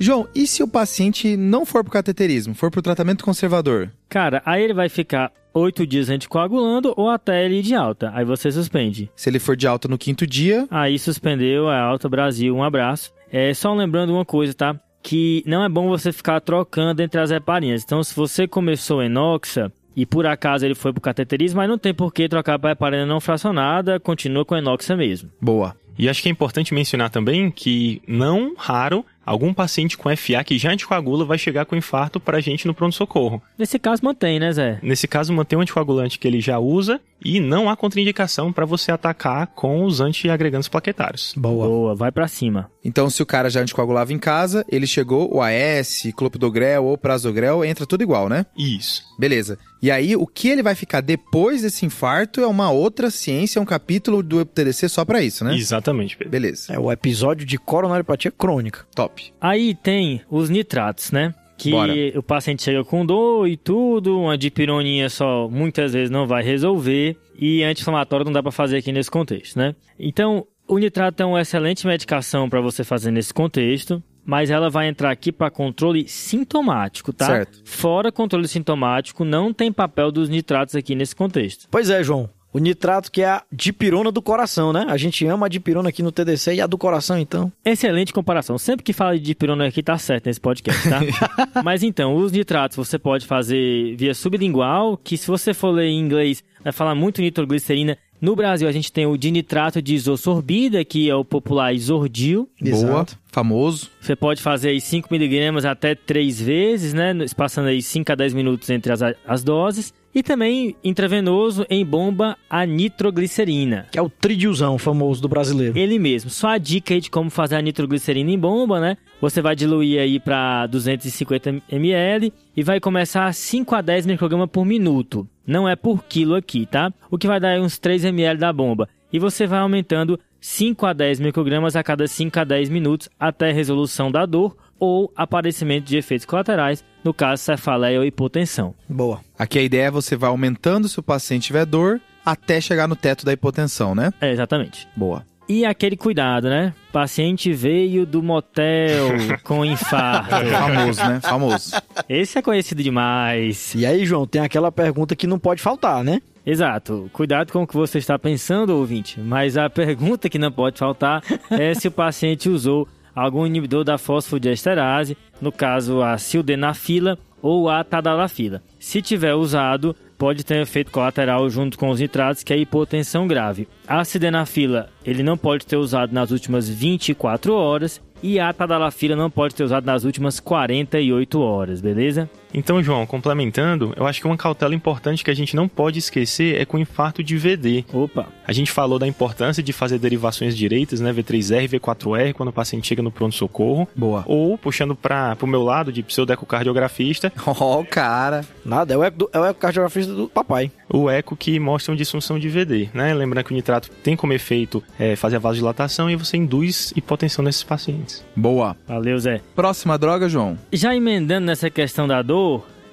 João, e se o paciente não for pro cateterismo, for pro tratamento conservador?
Cara, aí ele vai ficar oito dias anticoagulando ou até ele ir de alta. Aí você suspende.
Se ele for de alta no quinto dia,
Aí suspendeu a alta Brasil. Um abraço. É só lembrando uma coisa, tá? Que não é bom você ficar trocando entre as heparinas. Então, se você começou enoxa e por acaso ele foi pro cateterismo, aí não tem por que trocar pra heparina não fracionada, continua com a enoxa mesmo.
boa.
E acho que é importante mencionar também que, não raro, algum paciente com FA que já anticoagula vai chegar com infarto pra gente no pronto-socorro.
Nesse caso, mantém, né, Zé?
Nesse caso, manter o anticoagulante que ele já usa e não há contraindicação para você atacar com os antiagregantes plaquetários.
Boa.
Boa, vai pra cima.
Então, se o cara já anticoagulava em casa, ele chegou, o AS, clopidogrel ou prazogrel, entra tudo igual, né?
Isso.
Beleza. E aí, o que ele vai ficar depois desse infarto é uma outra ciência, é um capítulo do TDC só pra isso, né?
Exatamente, Pedro.
Beleza.
É o episódio de coronariopatia crônica.
Top.
Aí tem os nitratos, né? Que
Bora.
o paciente chega com dor e tudo, uma dipironinha só muitas vezes não vai resolver e anti-inflamatório não dá pra fazer aqui nesse contexto, né? Então, o nitrato é uma excelente medicação pra você fazer nesse contexto, mas ela vai entrar aqui pra controle sintomático, tá?
Certo.
Fora controle sintomático, não tem papel dos nitratos aqui nesse contexto.
Pois é, João. O nitrato que é a dipirona do coração, né? A gente ama a dipirona aqui no TDC e a do coração, então.
Excelente comparação. Sempre que fala de dipirona aqui, tá certo nesse podcast, tá? Mas então, os nitratos você pode fazer via sublingual, que se você for ler em inglês, vai falar muito nitroglicerina. No Brasil, a gente tem o dinitrato de isosorbida, que é o popular isordil.
Boa. Famoso.
Você pode fazer aí 5 miligramas até 3 vezes, né? No- Passando aí 5 a 10 minutos entre as, as doses. E também intravenoso em bomba a nitroglicerina.
Que é o tridiuzão famoso do brasileiro.
Ele mesmo. Só a dica aí de como fazer a nitroglicerina em bomba, né? Você vai diluir aí para 250 ml e vai começar a 5 a 10 microgramas por minuto. Não é por quilo aqui, tá? O que vai dar aí uns 3 ml da bomba. E você vai aumentando 5 a 10 microgramas a cada 5 a 10 minutos até a resolução da dor ou aparecimento de efeitos colaterais, no caso cefaleia ou hipotensão.
Boa.
Aqui a ideia é você vai aumentando se o paciente tiver dor até chegar no teto da hipotensão, né?
É, exatamente.
Boa.
E aquele cuidado, né? Paciente veio do motel com infarto.
Famoso, né? Famoso.
Esse é conhecido demais.
E aí, João, tem aquela pergunta que não pode faltar, né?
Exato. Cuidado com o que você está pensando, ouvinte. Mas a pergunta que não pode faltar é se o paciente usou algum inibidor da fosfodiesterase, no caso a sildenafila ou a tadalafila. Se tiver usado, pode ter um efeito colateral junto com os nitratos, que é hipotensão grave. A sildenafila, ele não pode ter usado nas últimas 24 horas e a tadalafila não pode ter usado nas últimas 48 horas, beleza?
Então, João, complementando, eu acho que uma cautela importante que a gente não pode esquecer é com o infarto de VD.
Opa,
A gente falou da importância de fazer derivações direitas, né, V3R, V4R, quando o paciente chega no pronto-socorro.
Boa.
Ou, puxando para o meu lado de pseudecocardiografista,
Ó, cara.
Nada, é o, eco do, é o ecocardiografista do papai.
o eco que mostra uma disfunção de VD, né? Lembrando que o nitrato tem como efeito é, fazer a vasodilatação e você induz hipotensão nesses pacientes.
Boa.
valeu, Zé.
Próxima droga, João.
Já emendando nessa questão da dor,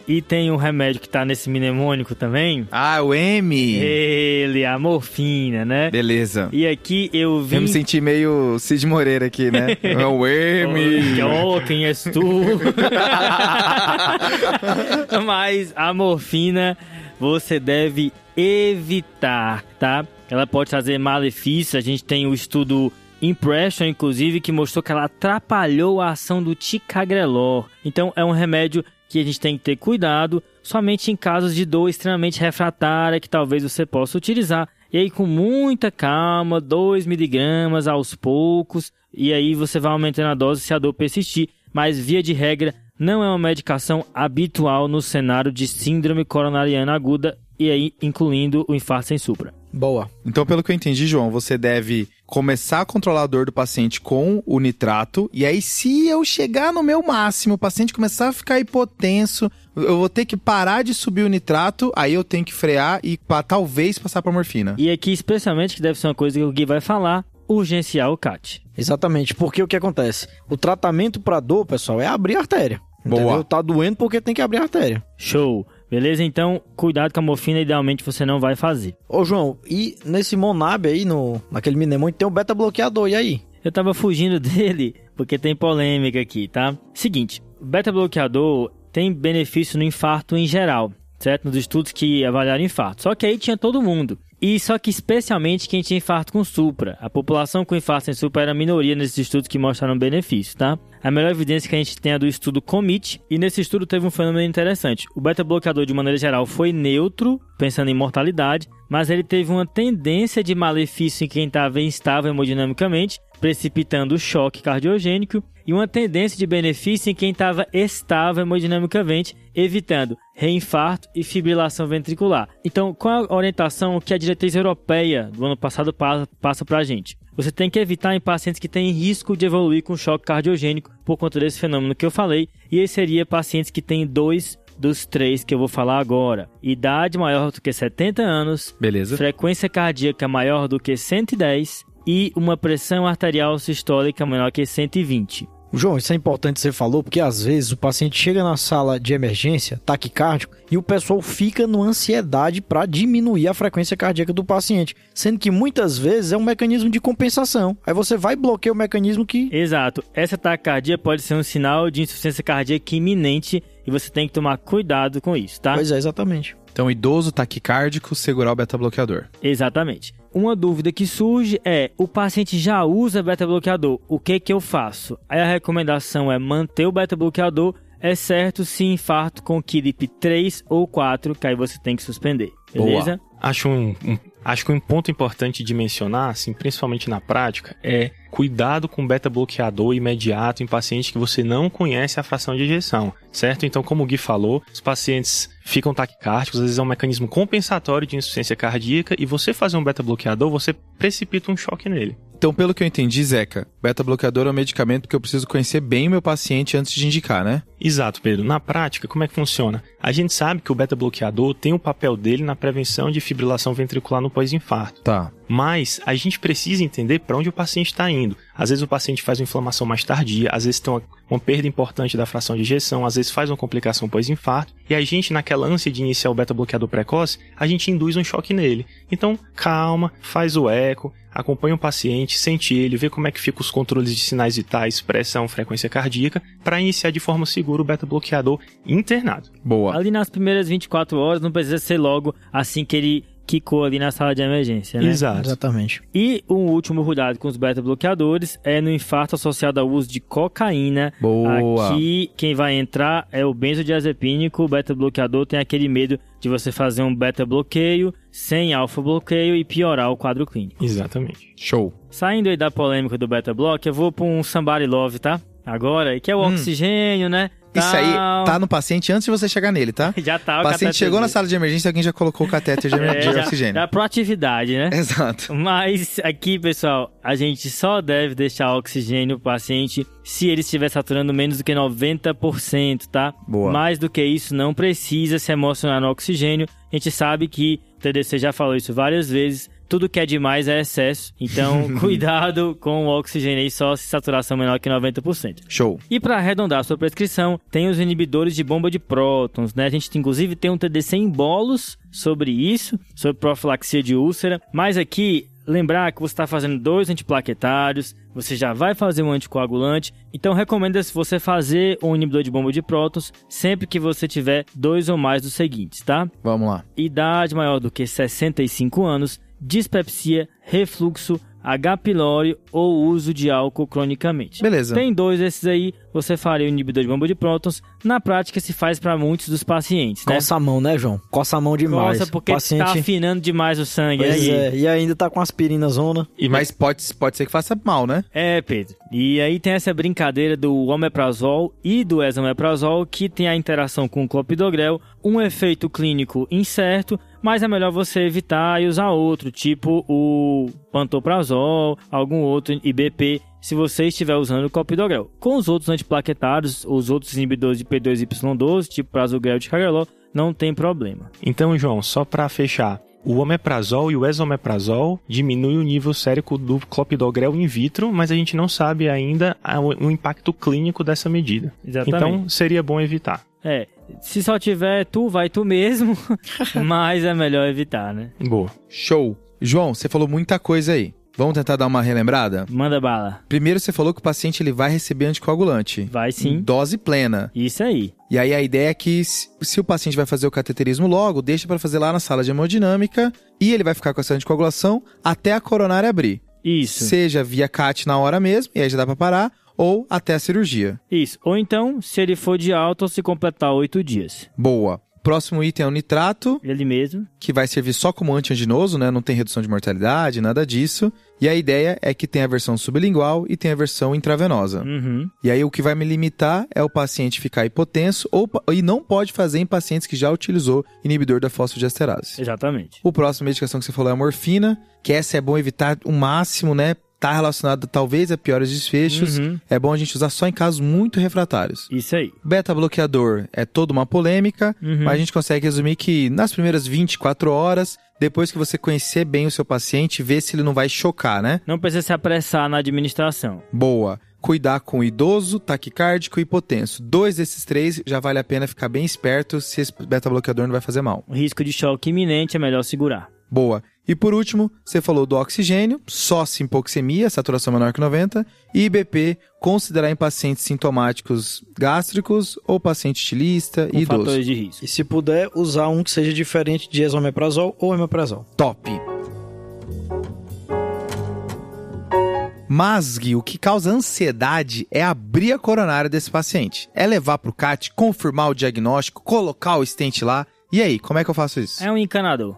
e tem um remédio que tá nesse mnemônico também.
Ah, o M.
Ele, a morfina, né?
Beleza.
E aqui eu vim.
Eu me senti meio Cid Moreira aqui, né? É o M.
Oh, quem és tu? Mas a morfina você deve evitar, tá? Ela pode fazer malefícios. A gente tem o estudo Impression, inclusive, que mostrou que ela atrapalhou a ação do ticagrelor. Então é um remédio que a gente tem que ter cuidado somente em casos de dor extremamente refratária que talvez você possa utilizar. E aí com muita calma, 2 miligramas aos poucos, e aí você vai aumentando a dose se a dor persistir, mas via de regra não é uma medicação habitual no cenário de síndrome coronariana aguda e aí incluindo o infarto sem supra.
Boa.
Então, pelo que eu entendi, João, você deve começar a controlar a dor do paciente com o nitrato. E aí, se eu chegar no meu máximo, o paciente começar a ficar hipotenso, eu vou ter que parar de subir o nitrato. Aí eu tenho que frear e pa- talvez passar pra morfina.
E aqui especialmente que deve ser uma coisa que o Gui vai falar, urgenciar o CAT.
Exatamente, porque o que acontece? O tratamento pra dor, pessoal, é abrir a artéria.
Boa.
Entendeu? Tá doendo porque tem que abrir a artéria.
Show. Beleza? Então, cuidado com a morfina, idealmente você não vai fazer.
Ô, João, e nesse Monab aí, no, naquele mnemônico, tem um beta-bloqueador, e aí?
Eu tava fugindo dele porque tem polêmica aqui, tá? Seguinte, o beta-bloqueador tem benefício no infarto em geral, certo? Nos estudos que avaliaram infarto. Só que aí tinha todo mundo. E só que especialmente quem tinha infarto com supra. A população com infarto sem supra era a minoria nesses estudos que mostraram benefício, tá? A melhor evidência que a gente tem é do estudo COMIT, e nesse estudo teve um fenômeno interessante. O beta-bloqueador, de maneira geral, foi neutro, pensando em mortalidade, mas ele teve uma tendência de malefício em quem estava instável hemodinamicamente, precipitando o choque cardiogênico, e uma tendência de benefício em quem estava estável hemodinamicamente, evitando reinfarto e fibrilação ventricular. Então, qual é a orientação que a diretriz europeia do ano passado pa- passa para a gente? Você tem que evitar em pacientes que têm risco de evoluir com choque cardiogênico por conta desse fenômeno que eu falei, e esse seria pacientes que têm dois dos três que eu vou falar agora. Idade maior do que 70 anos,
Beleza.
frequência cardíaca maior do que 110 e uma pressão arterial sistólica menor que 120.
João, isso é importante que você falou, porque às vezes o paciente chega na sala de emergência, taquicárdico, e o pessoal fica numa ansiedade para diminuir a frequência cardíaca do paciente, sendo que muitas vezes é um mecanismo de compensação. Aí você vai bloquear o mecanismo que
Exato. Essa taquicardia pode ser um sinal de insuficiência cardíaca iminente e você tem que tomar cuidado com isso, tá?
Pois é, exatamente.
Então, idoso taquicárdico, segurar o beta-bloqueador.
Exatamente. Uma dúvida que surge é: o paciente já usa beta-bloqueador, o que que eu faço? Aí a recomendação é manter o beta-bloqueador, exceto se infarto com KILIP 3 ou 4, que aí você tem que suspender.
Boa.
Beleza?
Acho um, um- acho que um ponto importante de mencionar, assim, principalmente na prática, é cuidado com beta-bloqueador imediato em pacientes que você não conhece a fração de ejeção, certo? Então, como o Gui falou, os pacientes ficam taquicárdicos, às vezes é um mecanismo compensatório de insuficiência cardíaca e você fazer um beta-bloqueador, você precipita um choque nele.
Então, pelo que eu entendi, Zeca, beta-bloqueador é um medicamento que eu preciso conhecer bem o meu paciente antes de indicar, né?
Exato, Pedro. Na prática, como é que funciona? A gente sabe que o beta-bloqueador tem o papel dele na prevenção de fibrilação ventricular no pós-infarto.
Tá.
Mas a gente precisa entender para onde o paciente está indo. Às vezes o paciente faz uma inflamação mais tardia, às vezes tem uma, uma perda importante da fração de ejeção, às vezes faz uma complicação pós-infarto. E a gente, naquela ânsia de iniciar o beta-bloqueador precoce, a gente induz um choque nele. Então, calma, faz o eco, acompanha o paciente, sente ele, vê como é que ficam os controles de sinais vitais, pressão, frequência cardíaca, para iniciar de forma segura o beta-bloqueador internado.
Boa.
Ali nas primeiras 24 horas, não precisa ser logo assim que ele quicou ali na sala de emergência, né?
Exato.
Exatamente.
E um último cuidado com os beta-bloqueadores é no infarto associado ao uso de cocaína.
Boa.
Aqui, quem vai entrar é o benzodiazepínico. O beta-bloqueador tem aquele medo de você fazer um beta-bloqueio sem alfa-bloqueio e piorar o quadro clínico.
Exatamente.
Show.
Saindo aí da polêmica do beta-block, eu vou pra um somebody love, tá? Agora, que é o oxigênio, né? Isso aí
Hum. tá no paciente antes de você chegar nele, tá?
Já tá
O paciente chegou na
cateterismo.
sala de emergência, alguém já colocou o catéter de,
É,
emer- de
já-
oxigênio. É.
Da proatividade, né?
Exato.
Mas aqui, pessoal, a gente só deve deixar oxigênio pro paciente se ele estiver saturando menos do que 90%, tá?
Boa.
Mais do que isso, não precisa se emocionar no oxigênio. A gente sabe que o TDC já falou isso várias vezes. Tudo que é demais é excesso. Então, cuidado com o oxigênio aí, só se saturação menor que 90%.
Show.
E para arredondar a sua prescrição, tem os inibidores de bomba de prótons, né? A gente inclusive tem um TDC em bolos sobre isso, sobre profilaxia de úlcera, mas aqui lembrar que você está fazendo dois antiplaquetários, você já vai fazer um anticoagulante, então recomenda-se você fazer um inibidor de bomba de prótons sempre que você tiver dois ou mais dos seguintes, tá?
Vamos lá.
idade maior do que 65 anos, dispepsia, refluxo, H. pylori ou uso de álcool cronicamente.
Beleza.
Tem dois desses aí, você faria o inibidor de bomba de prótons. Na prática, se faz para muitos dos pacientes, né?
Coça a mão, né, João? Coça a mão demais.
Coça porque tá afinando demais o sangue.
Pois
aí.
é, e ainda tá com aspirina zona.
E
Mas pode, pode ser que faça mal, né?
É, Pedro. E aí tem essa brincadeira do omeprazol e do esomeprazol, que tem a interação com o clopidogrel, um efeito clínico incerto, mas é melhor você evitar e usar outro, tipo o pantoprazol, algum outro IBP, se você estiver usando o clopidogrel. Com os outros antiplaquetários, os outros inibidores de P2Y12, tipo prasugrel de Cargaló, não tem problema.
Então, João, só para fechar, o omeprazol e o esomeprazol diminuem o nível sérico do clopidogrel in vitro, mas a gente não sabe ainda a- o impacto clínico dessa medida. Então, seria bom evitar.
é, se só tiver tu, vai tu mesmo, mas é melhor evitar, né?
Boa.
Show. João, você falou muita coisa aí. Vamos tentar dar uma relembrada?
Manda bala.
Primeiro, você falou que o paciente ele vai receber anticoagulante.
Vai
Em
sim.
Dose plena.
Isso aí.
E aí a ideia é que se se o paciente vai fazer o cateterismo logo, deixa pra fazer lá na sala de hemodinâmica e ele vai ficar com essa anticoagulação até a coronária abrir.
Isso.
Seja via CAT na hora mesmo, e aí já dá pra parar, ou até a cirurgia.
Isso. Ou então, se ele for de alta, se completar oito dias.
Boa. Próximo item é o nitrato,
Ele mesmo.
que vai servir só como antianginoso, né? Não tem redução de mortalidade, nada disso. E a ideia é que tem a versão sublingual e tem a versão intravenosa.
Uhum.
E aí o que vai me limitar é o paciente ficar hipotenso ou pa- e não pode fazer em pacientes que já utilizou inibidor da fosfodiesterase.
Exatamente.
O próximo medicação que você falou é a morfina, que essa é bom evitar o máximo, né? Tá relacionada talvez a piores desfechos.
Uhum.
É bom a gente usar só em casos muito refratários.
Isso aí.
Beta-bloqueador é toda uma polêmica,
Uhum.
mas a gente consegue resumir que nas primeiras 24 horas, depois que você conhecer bem o seu paciente, ver se ele não vai chocar, né?
Não precisa se apressar na administração.
Boa. Cuidar com idoso, taquicárdico e hipotenso. Dois desses três já vale a pena ficar bem esperto se esse beta-bloqueador não vai fazer mal.
O risco de choque iminente é melhor segurar.
Boa. E por último, você falou do oxigênio, só se hipoxemia, saturação menor que 90, e IBP, considerar em pacientes sintomáticos gástricos ou paciente estilista
Com
e idoso.
fatores de risco.
E se puder, usar um que seja diferente de esomeprazol ou hemeprazol.
Top. Mas, Gui, o que causa ansiedade é abrir a coronária desse paciente. É levar pro CAT, confirmar o diagnóstico, colocar o estente lá. E aí, como é que eu faço isso?
É um encanador.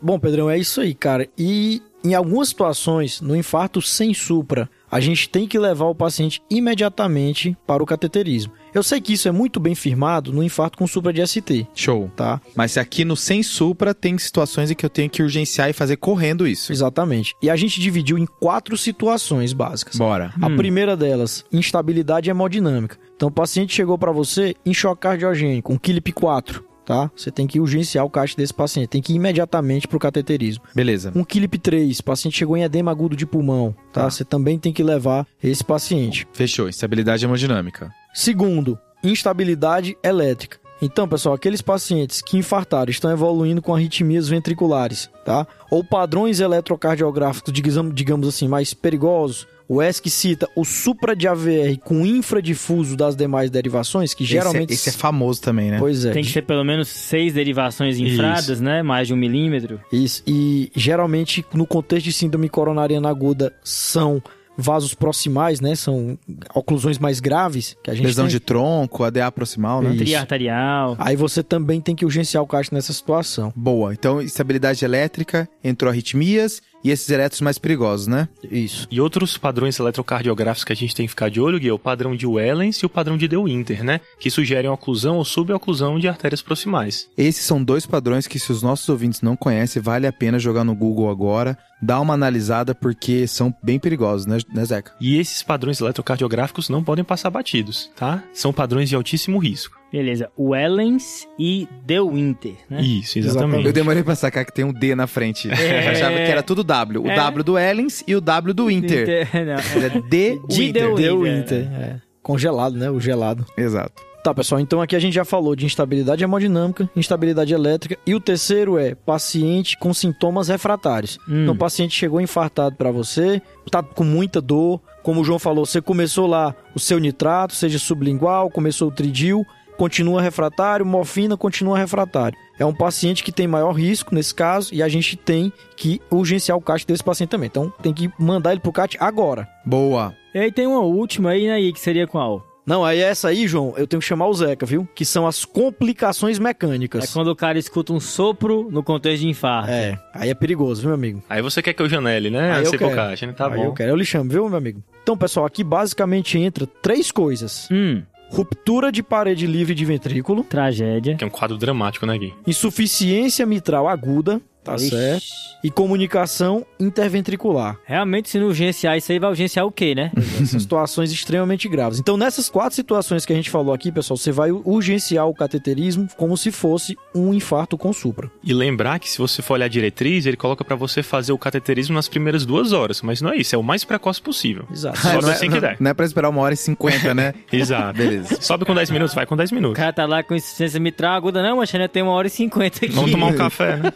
Bom, Pedrão, é isso aí, cara. E em algumas situações, no infarto sem supra, a gente tem que levar o paciente imediatamente para o cateterismo. Eu sei que isso é muito bem firmado no infarto com supra de ST,
Show.
tá?
Mas aqui no Sem Supra tem situações em que eu tenho que urgenciar e fazer correndo isso.
Exatamente. E a gente dividiu em quatro situações básicas.
Bora.
A
Hum.
primeira delas, instabilidade hemodinâmica. Então, o paciente chegou para você em choque cardiogênico, um KILIP 4, tá? Você tem que urgenciar o caixa desse paciente, tem que ir imediatamente para o cateterismo.
Beleza.
Um KILIP 3, paciente chegou em edema agudo de pulmão, tá? Você também tem que levar esse paciente.
Fechou. Instabilidade hemodinâmica.
Segundo, instabilidade elétrica. Então, pessoal, aqueles pacientes que infartaram estão evoluindo com arritmias ventriculares, tá? Ou padrões eletrocardiográficos, digam- digamos assim, mais perigosos. O ESC cita o supra de AVR com infradifuso das demais derivações, que geralmente...
Esse, é- esse é famoso também, né?
Pois é.
Tem que ser pelo menos seis derivações
Isso.
infradas, né? Mais de um milímetro.
Isso. E geralmente, no contexto de síndrome coronariana aguda, são vasos proximais, né? São oclusões mais graves que a gente
Lesão
tem.
de tronco, ADA proximal, né?
Isso.
Triarterial.
Aí você também tem que urgenciar o caixa nessa situação.
Boa. Então, estabilidade elétrica, entrou arritmias e esses elétrons mais perigosos, né?
Isso.
E outros padrões eletrocardiográficos que a gente tem que ficar de olho, Gui, é o padrão de Wellens e o padrão de De Winter, né? Que sugerem oclusão ou suboclusão de artérias proximais.
Esses são dois padrões que, se os nossos ouvintes não conhecem, vale a pena jogar no Google agora, dar uma analisada, porque são bem perigosos, né, né Zeca?
E esses padrões eletrocardiográficos não podem passar batidos, tá? São padrões de altíssimo risco.
Beleza, o Ellens e The Winter, né?
Isso, exatamente.
Eu demorei pra sacar que tem um D na frente.
É.
Eu achava que era tudo W. O
É.
W do Ellens e o W do Inter.
não, é.
Mas é D
De
Winter.
Deu
Deu
Winter,
Inter, é. Congelado, né? O gelado.
Exato.
Tá, pessoal, então aqui a gente já falou de instabilidade hemodinâmica, instabilidade elétrica e o terceiro é paciente com sintomas refratários.
Hum.
Então o paciente chegou infartado pra você, tá com muita dor, como o João falou, você começou lá o seu nitrato, seja sublingual, começou o tridil, continua refratário, morfina continua refratário. É um paciente que tem maior risco nesse caso e a gente tem que urgenciar o CAT desse paciente também. Então tem que mandar ele pro CAT agora.
Boa.
E aí tem uma última aí, né, Gui, que seria qual?
Não, aí é essa aí, João, eu tenho que chamar o Zeca, viu? Que são as complicações
É
mecânicas.
quando o cara escuta um sopro no contexto de infarto.
É, aí é perigoso, viu, meu amigo?
Aí você quer que eu janele, né?
Aí eu
Você
quero.
Bocache, né? Tá
aí
bom.
eu quero, eu lhe chamo, viu, meu amigo? Então, pessoal, aqui basicamente entra três coisas:
Hum,
ruptura de parede livre de ventrículo,
tragédia.
Que é um quadro dramático, né, Gui?
insuficiência mitral aguda, tá
Ixi.
certo? E comunicação interventricular.
Realmente, se não urgenciar isso aí, vai urgenciar o quê, né?
São situações extremamente graves. Então, nessas quatro situações que a gente falou aqui, pessoal, você vai urgenciar o cateterismo como se fosse um infarto com supra.
E lembrar que se você for olhar a diretriz, ele coloca pra você fazer o cateterismo nas primeiras duas horas. Mas não é isso, é o mais precoce possível.
Exato.
Sobe
não,
assim
é,
que
não,
der.
não é pra esperar uma hora e cinquenta, né?
Exato.
Beleza.
Sobe com 10 minutos, vai com 10
O
minutos.
cara tá lá com insuficiência mitral aguda. Não, mas ainda tem uma hora e cinquenta aqui.
Vamos tomar um café, né?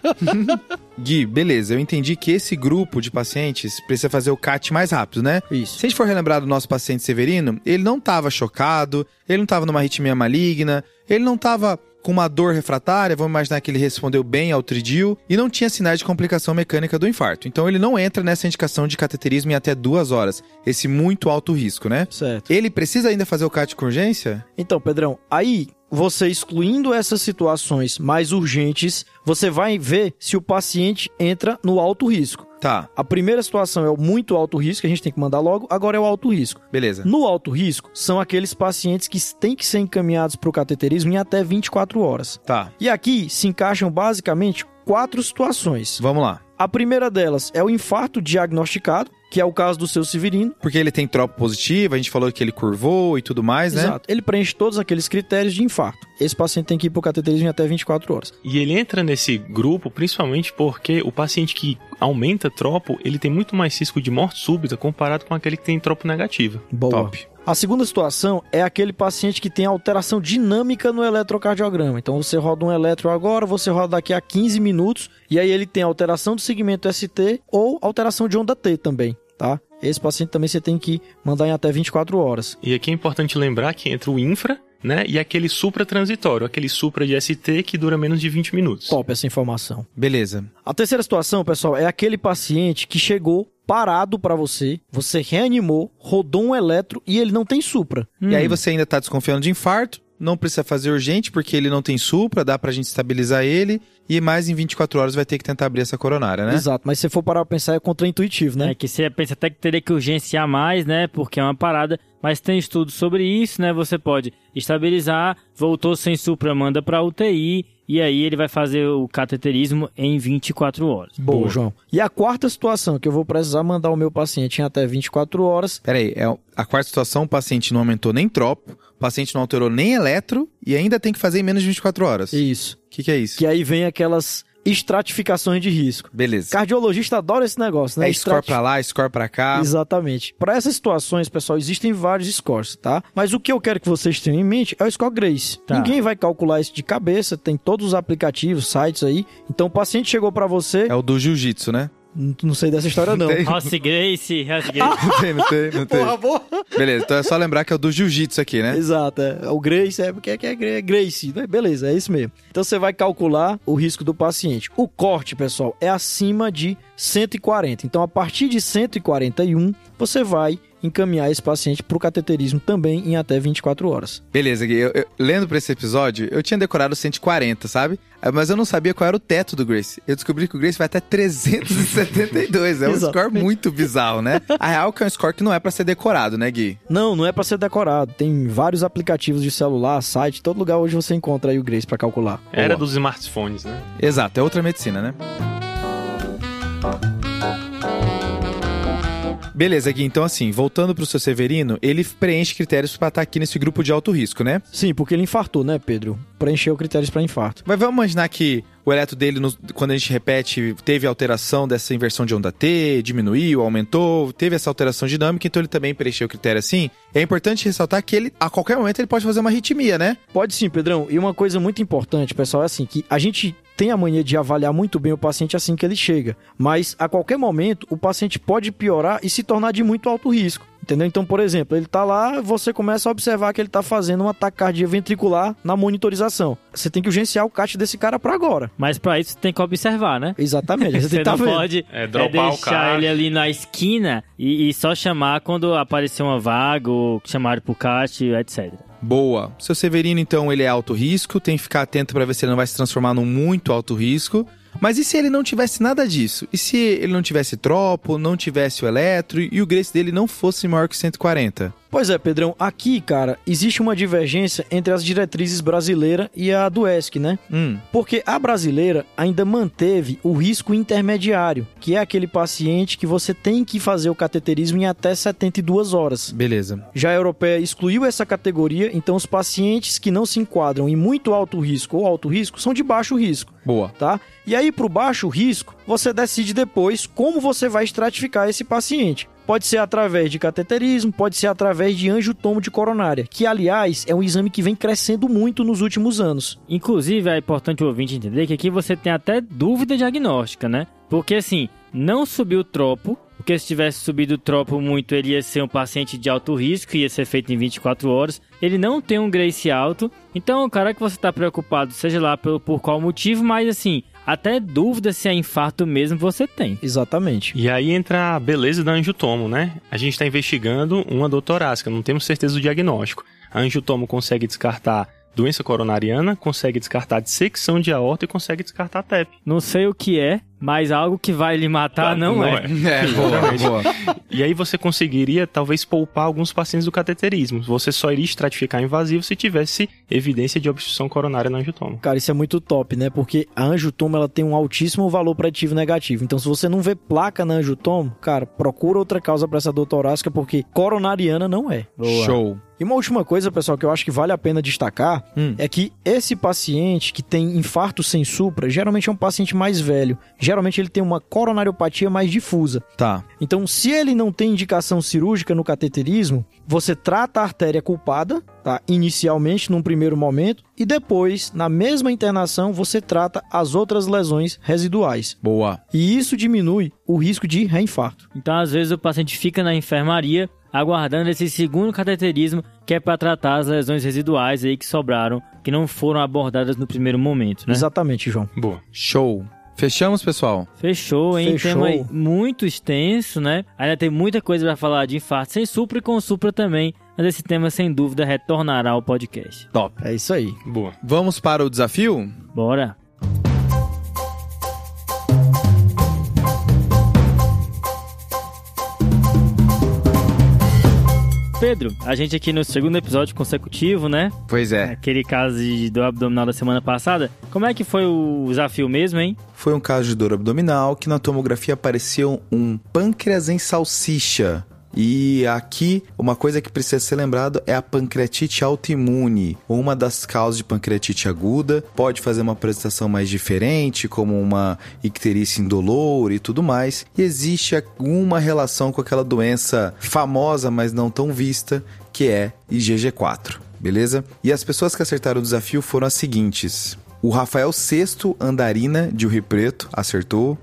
Gui, beleza. Eu entendi que esse grupo de pacientes precisa fazer o CAT mais rápido, né?
Isso.
Se a gente for relembrar do nosso paciente Severino, ele não estava chocado, ele não estava numa arritmia maligna, ele não estava com uma dor refratária, vamos imaginar que ele respondeu bem ao tridil e não tinha sinais de complicação mecânica do infarto. Então ele não entra nessa indicação de cateterismo em até duas horas, esse muito alto risco, né?
Certo.
Ele precisa ainda fazer o CAT com urgência?
Então, Pedrão, aí você excluindo essas situações mais urgentes, você vai ver se o paciente entra no alto risco.
Tá,
A primeira situação é o muito alto risco, que a gente tem que mandar logo, agora é o alto risco.
beleza.
No alto risco, são aqueles pacientes que têm que ser encaminhados para o cateterismo em até 24 horas.
Tá,
E aqui se encaixam basicamente quatro situações.
vamos lá.
A primeira delas é o infarto diagnosticado, que é o caso do seu Severino,
Porque ele tem tropo positivo, a gente falou que ele curvou e tudo mais, né?
Exato. Ele preenche todos aqueles critérios de infarto. Esse paciente tem que ir para o cateterismo em até 24 horas.
E ele entra nesse grupo principalmente porque o paciente que aumenta tropo, ele tem muito mais risco de morte súbita comparado com aquele que tem tropo negativa.
Boa.
Top.
A segunda situação é aquele paciente que tem alteração dinâmica no eletrocardiograma. Então você roda um eletro agora, você roda daqui a 15 minutos, e aí ele tem alteração do segmento ST ou alteração de onda T também, tá? Esse paciente também você tem que mandar em até 24 horas.
E aqui é importante lembrar que entra o infra, né? E aquele supra transitório, aquele supra de ST que dura menos de 20 minutos.
Top essa informação.
Beleza.
A terceira situação, pessoal, é aquele paciente que chegou parado pra você, você reanimou, rodou um eletro e ele não tem supra.
Hum.
E aí você ainda tá desconfiando de infarto, não precisa fazer urgente porque ele não tem supra, dá pra gente estabilizar ele e mais em 24 horas vai ter que tentar abrir essa coronária, né?
Exato, mas se você for parar pra pensar é contraintuitivo, né?
É que você pensa até que teria que urgenciar mais, né? Porque é uma parada, mas tem estudos sobre isso, né? Você pode estabilizar, voltou sem supra, manda pra UTI, e aí ele vai fazer o cateterismo em 24 horas.
Boa, João. E a quarta situação, que eu vou precisar mandar o meu paciente em até 24 horas.
Peraí, é a quarta situação, o paciente não aumentou nem tropo, o paciente não alterou nem eletro e ainda tem que fazer em menos de 24 horas. O
Isso.
que, que é isso?
Que aí vem aquelas estratificações de risco.
Beleza.
Cardiologista adora esse negócio, né?
é score
Estrati-
pra lá, score pra cá.
Exatamente. Para essas situações, pessoal, existem vários scores, tá? Mas o que eu quero que vocês tenham em mente é o score Grace.
Tá.
Ninguém vai calcular isso de cabeça, tem todos os aplicativos, sites aí. Então o paciente chegou para você,
É o do jiu-jitsu, né?
N- não sei dessa história não.
Tem-
Rossi Grace, Rossi Grace.
Não tem, não tem, não tem. Beleza, então é só lembrar que é o do jiu-jitsu aqui, né?
Exato, é. o Grace é porque é que é Gra- Grace, né? beleza, é isso mesmo. Então você vai calcular o risco do paciente. O corte, pessoal, é acima de 140. Então a partir de 141, você vai encaminhar esse paciente para o cateterismo também em até 24 horas.
Beleza, Gui. Eu, eu- lendo pra esse episódio, eu tinha decorado 140, sabe? Ah, Mas eu não sabia qual era o teto do Grace. Eu descobri que o Grace vai até 372. É um
Exato.
score muito bizarro, né? A real é que é um score que não é pra ser decorado, né, Gui?
Não, não é para ser decorado. Tem vários aplicativos de celular, site, todo lugar hoje você encontra aí o Grace para calcular.
Era
Boa.
dos smartphones, né?
Exato, é outra medicina, né? Beleza, Gui. Então, assim, voltando pro seu Severino, ele preenche critérios pra estar aqui nesse grupo de alto risco, né?
Sim, porque ele infartou, né, Pedro? Preencheu critérios para infarto.
Mas vamos imaginar que o eletro dele, nos- quando a gente repete, teve alteração dessa inversão de onda T, diminuiu, aumentou, teve essa alteração dinâmica, então ele também preencheu o critério assim. É importante ressaltar que ele, a qualquer momento, ele pode fazer uma arritmia, né?
Pode sim, Pedrão. E uma coisa muito importante, pessoal, é assim, que a gente tem a mania de avaliar muito bem o paciente assim que ele chega. Mas, a qualquer momento, o paciente pode piorar e se tornar de muito alto risco. Entendeu? Então, por exemplo, ele tá lá, você começa a observar que ele tá fazendo um ataque cardioventricular na monitorização. Você tem que urgenciar o CAT desse cara pra agora.
Mas pra isso tem que observar, né?
Exatamente. Você,
Você
tem que tá
não
vendo.
pode
É,
é,
dropar o
deixar
cara.
ele ali na esquina e, e só chamar quando aparecer uma vaga ou chamaram pro caixa, etc.
Boa. Seu Severino, então, ele é alto risco, tem que ficar atento pra ver se ele não vai se transformar num muito alto risco. Mas e se ele não tivesse nada disso? E se ele não tivesse tropo, não tivesse o eletro e o Grace dele não fosse maior que 140?
Pois é, Pedrão, aqui, cara, existe uma divergência entre as diretrizes brasileira e a do ESC, né?
Hum,
Porque a brasileira ainda manteve o risco intermediário, que é aquele paciente que você tem que fazer o cateterismo em até 72 horas.
beleza.
Já a europeia excluiu essa categoria, então os pacientes que não se enquadram em muito alto risco ou alto risco são de baixo risco,
Boa.
tá? E aí para o baixo risco, você decide depois como você vai estratificar esse paciente. Pode ser através de cateterismo, pode ser através de angiotomo de coronária, que aliás é um exame que vem crescendo muito nos últimos anos.
Inclusive, é importante o ouvinte entender que aqui você tem até dúvida diagnóstica, né? Porque assim, não subiu o tropo, porque se tivesse subido o tropo muito, ele ia ser um paciente de alto risco, ia ser feito em 24 horas. Ele não tem um Grace alto, então o cara que você está preocupado, seja lá por, por qual motivo, mas assim, até dúvida se é infarto mesmo você tem.
Exatamente.
E aí entra a beleza da angiotomo, né? A gente está investigando uma dor torácica, não temos certeza do diagnóstico. A angiotomo consegue descartar doença coronariana, consegue descartar dissecção de aorta e consegue descartar TEP. Tá,
Não sei o que é, mas algo que vai lhe matar não, é.
É, boa, boa.
né? E aí você conseguiria, talvez, poupar alguns pacientes do cateterismo. Você só iria estratificar invasivo se tivesse evidência de obstrução coronária no angiotomo.
Cara, isso é muito top, né? Porque a Angiotomo ela tem um altíssimo valor preditivo negativo. Então, se você não vê placa na Angiotomo, cara, procura outra causa pra essa dor torácica, porque coronariana não é.
Show.
E uma última coisa, pessoal, que eu acho que vale a pena destacar
Hum.
é que esse paciente que tem infarto sem supra, geralmente é um paciente mais velho. Geralmente ele tem uma coronariopatia mais difusa.
Tá.
Então, se ele não tem indicação cirúrgica no cateterismo, você trata a artéria culpada, tá? Inicialmente, num primeiro momento, e depois, na mesma internação, você trata as outras lesões residuais.
Boa.
E isso diminui o risco de reinfarto.
Então, às vezes, o paciente fica na enfermaria aguardando esse segundo cateterismo, que é para tratar as lesões residuais aí que sobraram, que não foram abordadas no primeiro momento, né?
Exatamente, João.
Boa.
Show. Fechamos, pessoal?
Fechou, hein?
Fechou.
Tema muito extenso, né? Ainda tem muita coisa para falar de infarto sem supra e com supra também, mas esse tema, sem dúvida, retornará ao podcast.
Top.
É isso aí.
Boa.
Vamos para o desafio?
Bora! Pedro, a gente aqui no segundo episódio consecutivo, né?
Pois é.
Aquele caso de- do abdominal da semana passada. Como é que foi o desafio mesmo, hein?
Foi um caso de dor abdominal que na tomografia apareceu um pâncreas em salsicha. E aqui, uma coisa que precisa ser lembrado é a pancreatite autoimune, uma das causas de pancreatite aguda. Pode fazer uma apresentação mais diferente, como uma icterícia indolor e tudo mais. E existe alguma relação com aquela doença famosa, mas não tão vista, que é IgG4, beleza? E as pessoas que acertaram o desafio foram as seguintes: o Rafael Sexto Andarina, de Rio Preto, acertou.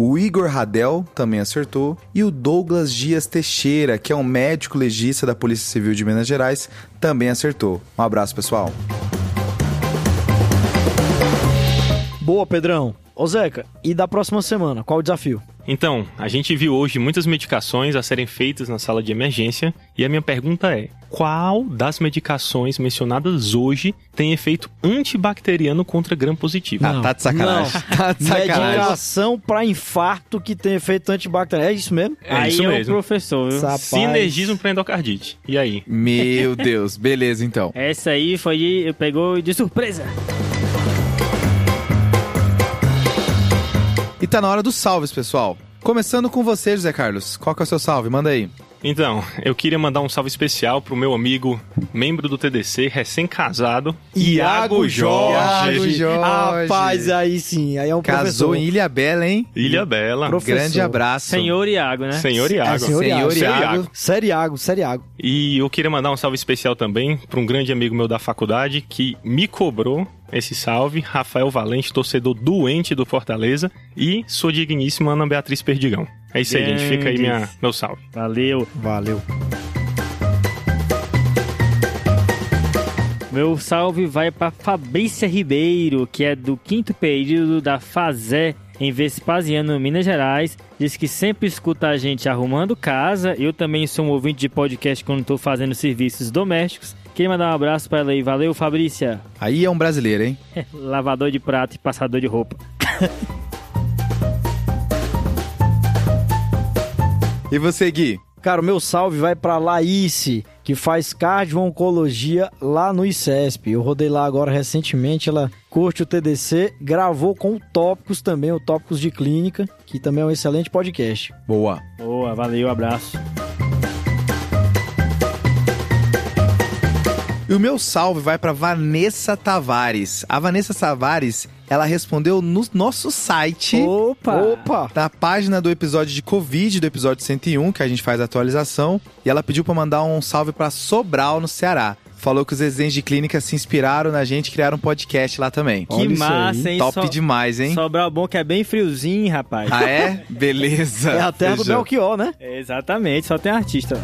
O Igor Radel também acertou. E o Douglas Dias Teixeira, que é um médico legista da Polícia Civil de Minas Gerais, também acertou. Um abraço, pessoal.
Boa, Pedrão. Ô, Zeca, e da próxima semana, qual o desafio?
Então, a gente viu hoje muitas medicações a serem feitas na sala de emergência e a minha pergunta é: qual das medicações mencionadas hoje tem efeito antibacteriano contra gram-positivo?
Ah, tá de sacanagem.
Não. é
Tá de sacanagem.
Medicação pra infarto que tem efeito antibacteriano. É isso mesmo?
É
Aí
isso
é o
mesmo.
professor, viu?
Rapaz.
Sinergismo para endocardite. E aí?
Meu Deus, beleza então.
Essa aí foi de, pegou de surpresa.
E tá na hora dos salves, pessoal. Começando com você, José Carlos. Qual que é o seu salve? Manda aí.
Então, eu queria mandar um salve especial pro meu amigo, membro do TDC, recém-casado, Iago Jorge.
Iago Jorge.
Rapaz, aí sim. Aí é um
Casou
professor.
em Ilha Bela, hein?
Ilha Bela.
Prof-
Grande
Professor.
abraço.
Senhor Iago, né?
Senhor Iago.
É, senhor
Iago.
Seu Iago.
Seriago, Seriago.
E eu queria mandar um salve especial também para um grande amigo meu da faculdade que me cobrou esse salve, Rafael Valente, torcedor doente do Fortaleza, e sua digníssima Ana Beatriz Perdigão. É isso aí, gente. Fica aí minha,
Grandes.
meu salve.
Valeu.
Valeu.
Meu salve vai para Fabrícia Ribeiro, que é do quinto período da Fazé em Vespasiano, Minas Gerais. Diz que sempre escuta a gente arrumando casa. Eu também sou um ouvinte de podcast quando estou fazendo serviços domésticos. Queria mandar um abraço para ela aí. Valeu, Fabrícia.
Aí é um brasileiro, hein?
Lavador de prato e passador de roupa.
E você, Gui?
Cara, o meu salve vai pra Laís, que faz cardio-oncologia lá no ICESP. Eu rodei lá agora recentemente, ela curte o TDC, gravou com o Tópicos também, o Tópicos de Clínica, que também é um excelente podcast.
Boa.
Boa, valeu, abraço.
E o meu salve vai para Vanessa Tavares. A Vanessa Tavares, ela respondeu no nosso site.
Opa! Opa!
Na página do episódio de Covid, do episódio 101, que a gente faz a atualização, e ela pediu pra mandar um salve pra Sobral, no Ceará. Falou que os desenhos de clínica se inspiraram na gente e criaram um podcast lá também.
Olha
que
isso aí.
massa, hein?
Top
Só-
demais, hein?
Sobral bom que é bem friozinho, rapaz.
Ah, é? Beleza.
É a terra do
Fechou.
Belchior, né?
É, Exatamente, só tem artista.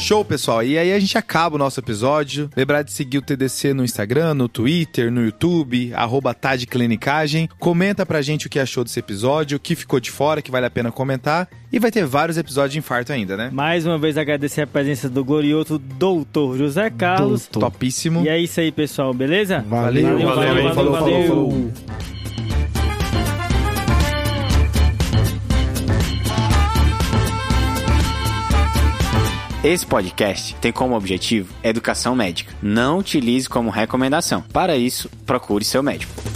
Show, pessoal. E aí a gente acaba o nosso episódio. Lembrar de seguir o TDC no Instagram, no Twitter, no YouTube, arroba Tade Clinicagem. Comenta pra gente o que achou desse episódio, o que ficou de fora, que vale a pena comentar. E vai ter vários episódios de infarto ainda, né?
Mais uma vez agradecer a presença do glorioso doutor José Carlos.
Doutor.
Topíssimo.
E é isso aí, pessoal, beleza?
Valeu,
valeu,
valeu,
valeu,
falou,
valeu.
falou, falou.
Esse podcast tem como objetivo educação médica. Não utilize como recomendação. Para isso, procure seu médico.